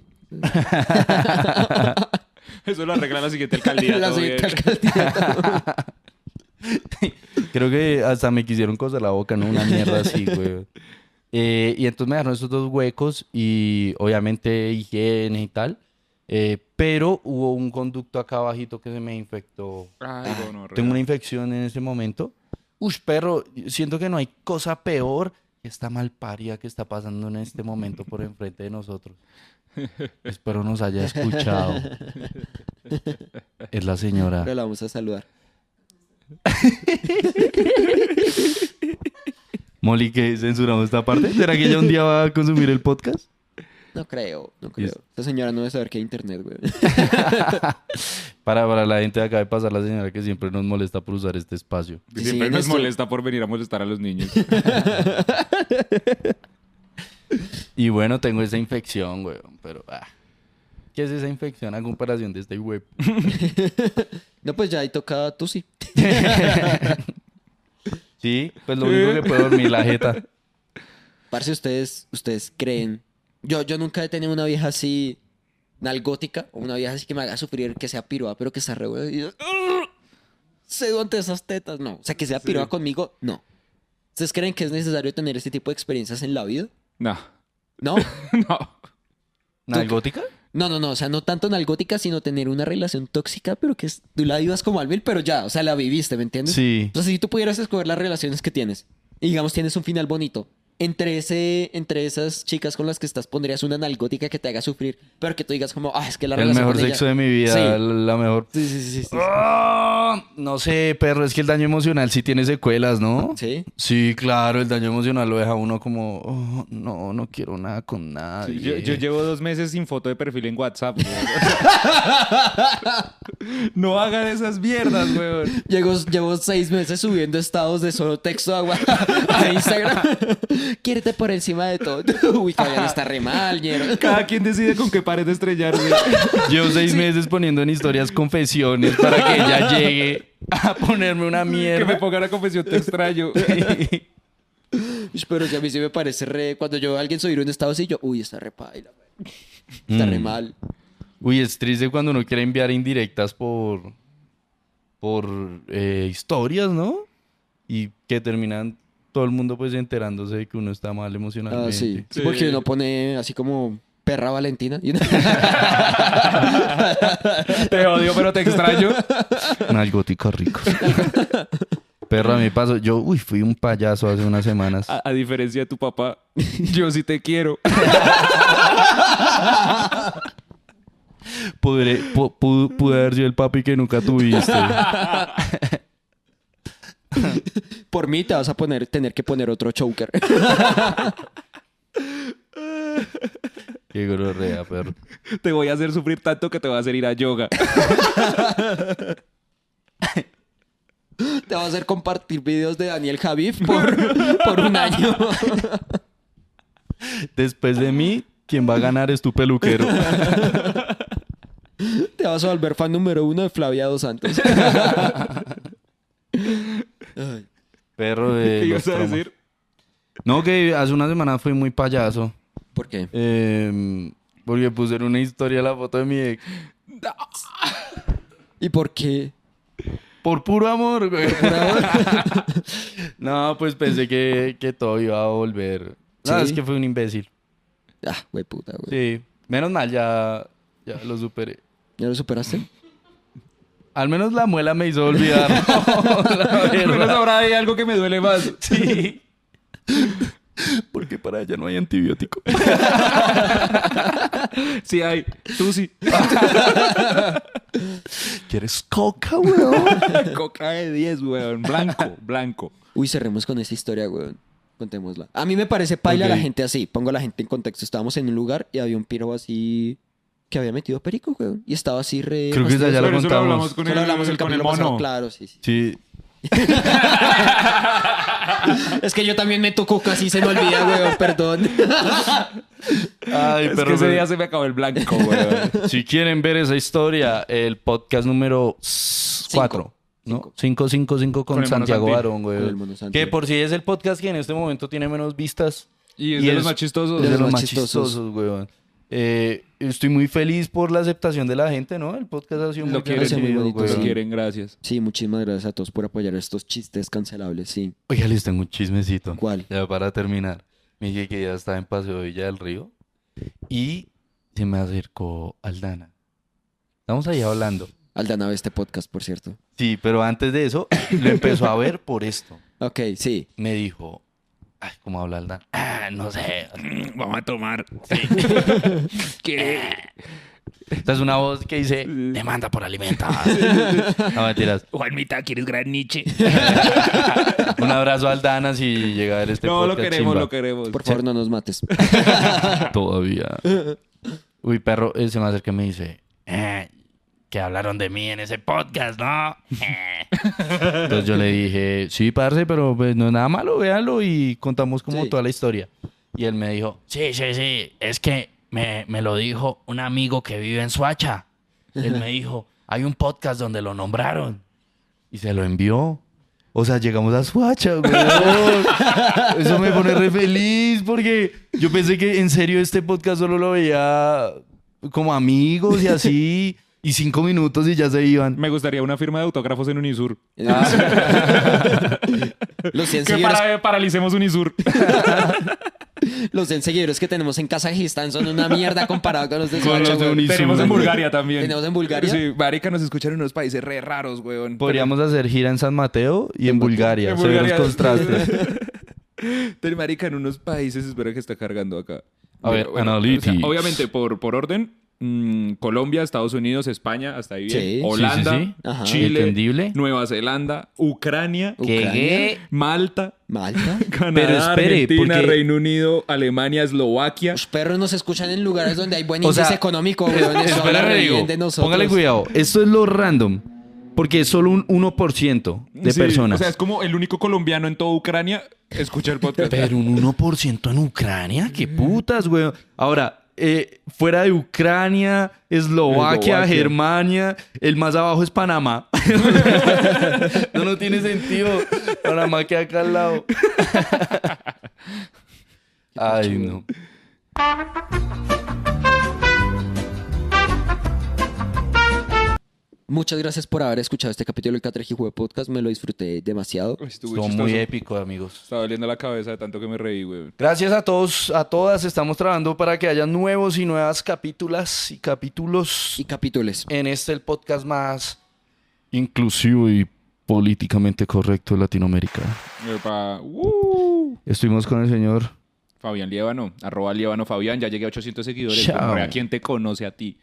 S6: Eso lo arregla la <laughs> siguiente
S2: <laughs>
S6: alcaldía.
S2: La
S6: todo bien.
S2: siguiente alcaldía.
S1: <laughs> Creo que hasta me quisieron cosas la boca, ¿no? Una mierda así, güey. Eh, y entonces me dejaron esos dos huecos y obviamente higiene y tal. Eh, pero hubo un conducto acá abajito que se me infectó.
S6: Ay, gonorrea.
S1: Tengo una infección en ese momento. Ush, perro, siento que no hay cosa peor que esta malparia que está pasando en este momento por enfrente de nosotros. Espero nos haya escuchado. Es la señora.
S2: Pero la vamos a saludar.
S1: Molly, que censuramos esta parte. ¿Será que ella un día va a consumir el podcast?
S2: No creo, no creo. Esta señora no debe saber que hay internet, weón. <laughs>
S1: Para, para la gente de acá de pasar, la señora que siempre nos molesta por usar este espacio.
S6: Que
S2: Sí,
S6: Siempre
S2: en
S6: nos
S2: esto-
S6: molesta por venir a molestar a los <laughs> niños.
S1: Y bueno, tengo esa infección, weón, pero... ah, ¿Qué es esa infección a comparación de este web?
S2: No, pues ya ahí toca tú sí.
S1: sí, pues lo único que puedo dormir la jeta.
S2: Parce, ustedes, ustedes creen. Yo, yo nunca he tenido una vieja así nalgótica o una vieja así que me haga sufrir, que sea piroa, pero que sea re buena, y yo, "Ugh, Cedo ante esas tetas. No. O sea, que sea piroa conmigo, no. ¿Ustedes creen que es necesario tener este tipo de experiencias en la vida?
S6: No. <laughs>
S2: No.
S6: No.
S1: ¿Nalgótica?
S2: No, no, no. O sea, no tanto nalgótica, sino tener una relación tóxica, pero que es- tú la vivas como al mil, pero ya. O sea, la viviste, ¿me entiendes?
S1: Sí.
S2: Entonces, si tú pudieras escoger las relaciones que tienes y digamos tienes un final bonito, entre, ese, entre esas chicas con las que estás pondrías una analgótica que te haga sufrir, pero que tú digas como, ah, es que la
S1: El
S2: relación
S1: mejor
S2: con ella-".
S1: sexo de mi vida,
S2: Sí.
S1: la- la mejor...
S2: Sí, sí, sí, sí, sí, sí.
S1: Ah, no sé, perro, es que el daño emocional sí tiene secuelas, ¿no?
S2: Sí.
S1: Sí, claro, el daño emocional lo deja uno como, "Oh, no, no quiero nada con nada.
S6: Yo, yo llevo dos meses sin foto de perfil en WhatsApp. weón. <laughs> no hagan esas mierdas, weón.
S2: Llego- llevo seis meses subiendo estados de solo texto a, wa- <laughs> a Instagram. <laughs> Quiérete por encima de todo. <laughs> Uy, Fabián está re mal, ñero.
S6: Cada quien decide con qué pared estrellarse.
S2: <laughs>
S1: Llevo seis meses poniendo en historias confesiones para que ella llegue a ponerme una
S6: que me
S1: mierda.
S6: pongan a confesión, te extraño. <laughs>
S2: Ush, Pero si a mí sí me parece re... Cuando yo veo a alguien subir un estado así, yo, uy, está re paila. güey. Está re
S1: Mm.
S2: mal.
S1: Uy, es triste cuando uno quiere enviar indirectas por, por eh, historias, ¿no? Y que terminan todo el mundo pues enterándose de que uno está mal emocionalmente.
S2: Ah, sí.
S6: Sí.
S2: Porque uno pone así como perra Valentina. Y uno- <laughs>
S6: te odio, pero te extraño.
S1: Nalgóticos ricos. Perro, a mí pasó. Yo, uy, fui un payaso hace unas semanas.
S6: A, a diferencia de tu papá, <laughs> yo sí te quiero.
S1: Podré- pu- pu- pude haber sido el papi que nunca
S6: <laughs>
S1: tuviste.
S2: Por mí te vas a poner, tener que poner otro choker. <laughs>
S1: Qué gorrea, perro.
S6: Te voy a hacer sufrir tanto que te voy a hacer ir a yoga.
S2: te va a hacer compartir videos de Daniel
S1: <laughs>
S2: Javif por, por un año. <laughs>
S1: Después de mí, quien va a ganar es tu peluquero.
S2: Te vas a volver fan número uno de Flavia Dos Santos. Ay.
S1: Perro de.
S6: ¿Qué
S1: los
S6: ibas a
S1: traumas.
S6: decir?
S1: No, que hace una semana fui muy payaso.
S2: ¿Por qué?
S1: Eh, Porque pusieron una historia la foto de mi ex.
S2: ¿Y por qué? Ah,
S1: Por puro amor, <laughs> güey. no, pues pensé que, que todo iba a volver. No,
S2: Sí.
S1: es que fue un imbécil.
S2: Ah, güey, puta, güey.
S1: Sí. Menos mal, ya, ya lo superé.
S2: ¿Ya lo superaste?
S1: Al menos la muela me hizo <laughs> olvidar. La
S6: Menos
S1: verdad.
S6: ahora hay algo que me duele más.
S1: <laughs> Sí. Porque para ella no hay antibiótico.
S6: <laughs> Sí hay. Tú sí.
S1: ¿Quieres coca, weón?
S6: <laughs> Coca de 10, weón. <laughs> Blanco, blanco.
S2: Uy, cerremos con esta historia, weón. Contémosla. A mí me parece paila la
S6: Ok.
S2: gente así. Pongo a la gente en contexto. Estábamos en un lugar y había un piro así que había metido perico, weón. Y estaba así re.
S1: Creo que esa ya la
S6: Pero eso lo
S1: contamos.
S6: hablamos con
S2: Solo
S6: el,
S2: hablamos el
S6: con el
S2: capítulo pasado,
S6: mono.
S2: Claro, sí, sí.
S1: Sí.
S2: Es que yo también me tocó casi se me olvida, <laughs> weón, perdón.
S1: Ay,
S6: Es
S1: pero
S6: que ese
S1: me-
S6: día se me acabó
S1: <laughs>
S6: el blanco, weón.
S1: Si quieren ver esa historia, el podcast número 4. ¿no? 555 con,
S6: Con el mono
S1: Santiago
S6: Santi.
S1: Barón,
S2: Con
S1: güey.
S2: el mono Santi.
S1: Que por si es el podcast que en este momento tiene menos vistas.
S6: Y es de los más chistosos.
S1: es De,
S2: De los
S1: los
S2: más
S1: más chistosos,
S2: chistosos,
S1: güey. Eh, estoy muy feliz por la aceptación de la gente, ¿no? El podcast ha sido
S6: Lo
S1: muy
S6: quieren,
S1: bien recibido,
S2: muy bonito,
S1: güey.
S6: Lo
S2: Sí.
S6: quieren, gracias.
S2: Sí, muchísimas gracias a todos por apoyar estos chistes cancelables, sí.
S1: Oiga, les tengo un chismecito.
S2: ¿Cuál?
S1: Ya para terminar. Me dije que ya estaba en Paseo Villa del Río y se me acercó Aldana. Estamos ahí hablando.
S2: Aldana ve este podcast, por cierto.
S1: Sí, pero antes de <coughs> eso, lo empezó a ver por esto.
S2: Ok, sí.
S1: Me dijo, ay, ¿cómo habla Aldana? Ah, no sé.
S6: Mm, Vamos a tomar.
S1: <laughs> Esta es una voz que dice, Eh, demanda por alimento. <laughs> No, mentiras.
S6: <laughs> Juanmita, ¿quieres gran Nietzsche?
S1: Un abrazo a Aldana si llega a ver este
S6: No, lo
S1: podcast,
S6: queremos,
S1: chimba.
S6: lo queremos.
S2: Por favor, no nos mates.
S1: Todavía. Uy, perro, él se me acerca y me dice, <laughs> "Eh, que hablaron de mí en ese podcast, ¿no? Eh". Entonces yo le dije, sí, parce, pero pues no es nada malo, véalo y contamos como
S2: Sí.
S1: toda la historia. Y él me dijo, sí, sí, sí, es que me, me lo dijo un amigo que vive en Suacha. Él me dijo, hay un podcast donde lo nombraron. Y se lo envió. O sea, llegamos a Suacha,
S6: <laughs>
S1: güey. Eso me pone re feliz porque yo pensé que en serio este podcast solo lo veía como amigos y así. Y cinco minutos y ya se iban.
S6: Me gustaría una firma de autógrafos en Unisur.
S2: <laughs> Los 100
S6: Ah. Que
S2: seguidores
S6: para-
S1: <laughs>
S6: paralicemos Unisur.
S2: Los 100 seguidores que tenemos en Kazajistán son una mierda comparado con los de
S1: Con
S2: Soacha,
S1: los de
S2: weón.
S1: Unis-
S6: Tenemos en Bulgaria también.
S2: ¿Tenemos en Bulgaria?
S6: Sí, marica, nos escuchan en unos países re raros, weón.
S1: Podríamos hacer gira en San Mateo y en Bulgaria.
S6: En
S1: severos <laughs>
S6: Bulgaria.
S1: contrastes.
S6: <laughs> Ten marica en unos países, espera que está cargando acá.
S1: A ver, analytics.
S6: obviamente, por, por orden, mm, Colombia, Estados Unidos, España, hasta ahí bien.
S2: Sí.
S6: Holanda,
S1: Sí, sí, sí.
S2: Ajá.
S6: Chile,
S1: Entendible.
S6: Nueva Zelanda, Ucrania,
S2: Ucrania,
S1: Llegué.
S6: Malta, <laughs>
S2: Malta.
S6: Canadá,
S1: espere,
S6: Argentina,
S1: porque-
S6: Reino Unido, Alemania, Eslovaquia.
S2: Los perros nos escuchan en lugares donde hay buen
S1: O
S2: índice
S1: sea,
S2: económico, weón. Eso habla
S1: Espérame,
S2: re
S1: digo,
S2: bien de nosotros.
S1: Póngale cuidado. Esto es lo random. Porque es solo un 1% de
S6: Sí,
S1: personas.
S6: O sea, es como el único colombiano en toda Ucrania escucha el podcast.
S1: Pero un 1% en Ucrania, qué putas, güey. Ahora, eh, fuera de Ucrania, Eslovaquia,
S6: Eslovaquia.
S1: Germania, el más abajo es Panamá. <laughs> no, no tiene sentido. Panamá queda acá al lado. Ay, no.
S2: Muchas gracias por haber escuchado este capítulo del Catreji Juego Podcast. Me lo disfruté demasiado.
S6: Uy, estuvo
S1: Estuvo
S6: chistoso.
S1: muy épico, amigos.
S6: Estaba doliendo la cabeza de tanto que me reí, weón.
S1: Gracias a todos, a todas. Estamos trabajando para que haya nuevos y nuevas capítulas y capítulos <laughs>
S2: Y capítulos. <coughs>
S1: en este el podcast más inclusivo y políticamente correcto de Latinoamérica.
S6: Epa, ¡uh!
S1: Estuvimos con el señor.
S6: Fabián Liévano, arroba Liévano Fabián, ya llegué a 800 seguidores.
S1: Chao.
S6: Gonorrea, ¿Quién te conoce a <laughs> ti?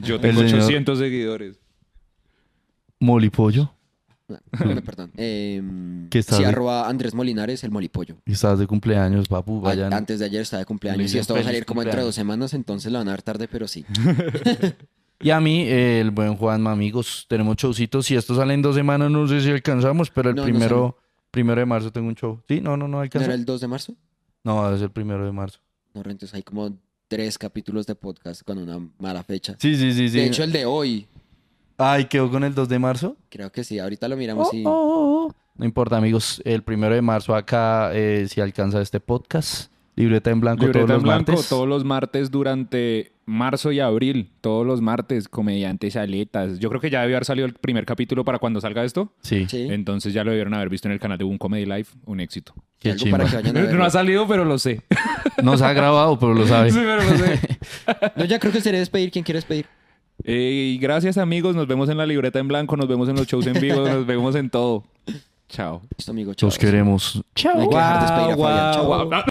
S6: Yo tengo
S1: El señor.
S6: 800 seguidores.
S1: Molipollo.
S2: No, perdón. Em,
S1: ¿Qué estás
S2: sí,
S1: de-
S2: arroba Andrés Molinares, el molipollo.
S1: Y Estás de cumpleaños, papu.
S2: A-
S1: Vayan.
S2: Antes de ayer estaba de
S1: Le
S2: cumpleaños y
S1: dicen
S2: esto va a
S1: feliz
S2: salir como entre
S1: cumpleaños.
S2: dos semanas, entonces lo van a dar tarde, pero sí.
S1: Y a mí, eh, el buen Juan, amigos, tenemos showcitos. Si esto sale en dos semanas, no sé si alcanzamos, pero el
S2: No, no
S1: primero, primero de marzo tengo un show. Sí, no, no, no
S2: ¿No
S1: alcanza.
S2: era el 2 de marzo?
S1: No, es el primero de marzo.
S2: No, entonces hay como tres capítulos de podcast con una mala fecha.
S1: Sí, sí, sí, sí.
S2: De hecho, el de hoy,
S1: Ay, quedó con el 2 de marzo.
S2: creo que sí. Ahorita lo miramos y...
S1: Oh, No importa, amigos. El primero de marzo acá, eh, si alcanza este podcast. Libreta en blanco
S6: Libreta
S1: todos
S6: en
S1: los
S6: blanco
S1: martes.
S6: todos los martes durante marzo y abril, todos los martes, comediantes aletas. Yo creo que ya debió haber salido el primer capítulo para cuando salga esto.
S1: Sí.
S2: Sí.
S6: Entonces ya lo debieron haber visto en el canal de un Comedy Live, un éxito.
S2: <laughs>
S1: Qué
S2: Algo
S1: chimba.
S2: para que
S1: <laughs>
S2: vayan a verlo.
S6: No ha salido, pero lo sé.
S1: No se ha grabado, pero lo sabe.
S6: <laughs> Sí, pero lo <laughs> sé.
S2: No, ya creo que sería despedir. ¿Quién quiere despedir?
S6: Eh, y gracias amigos, nos vemos en la libreta en blanco, nos vemos en los shows en vivo, nos vemos en todo. Chao.
S2: Listo, amigo. Chao.
S1: Los queremos.
S2: No hay que dejar despedir a Fabián. Chao.
S6: Guau, guau.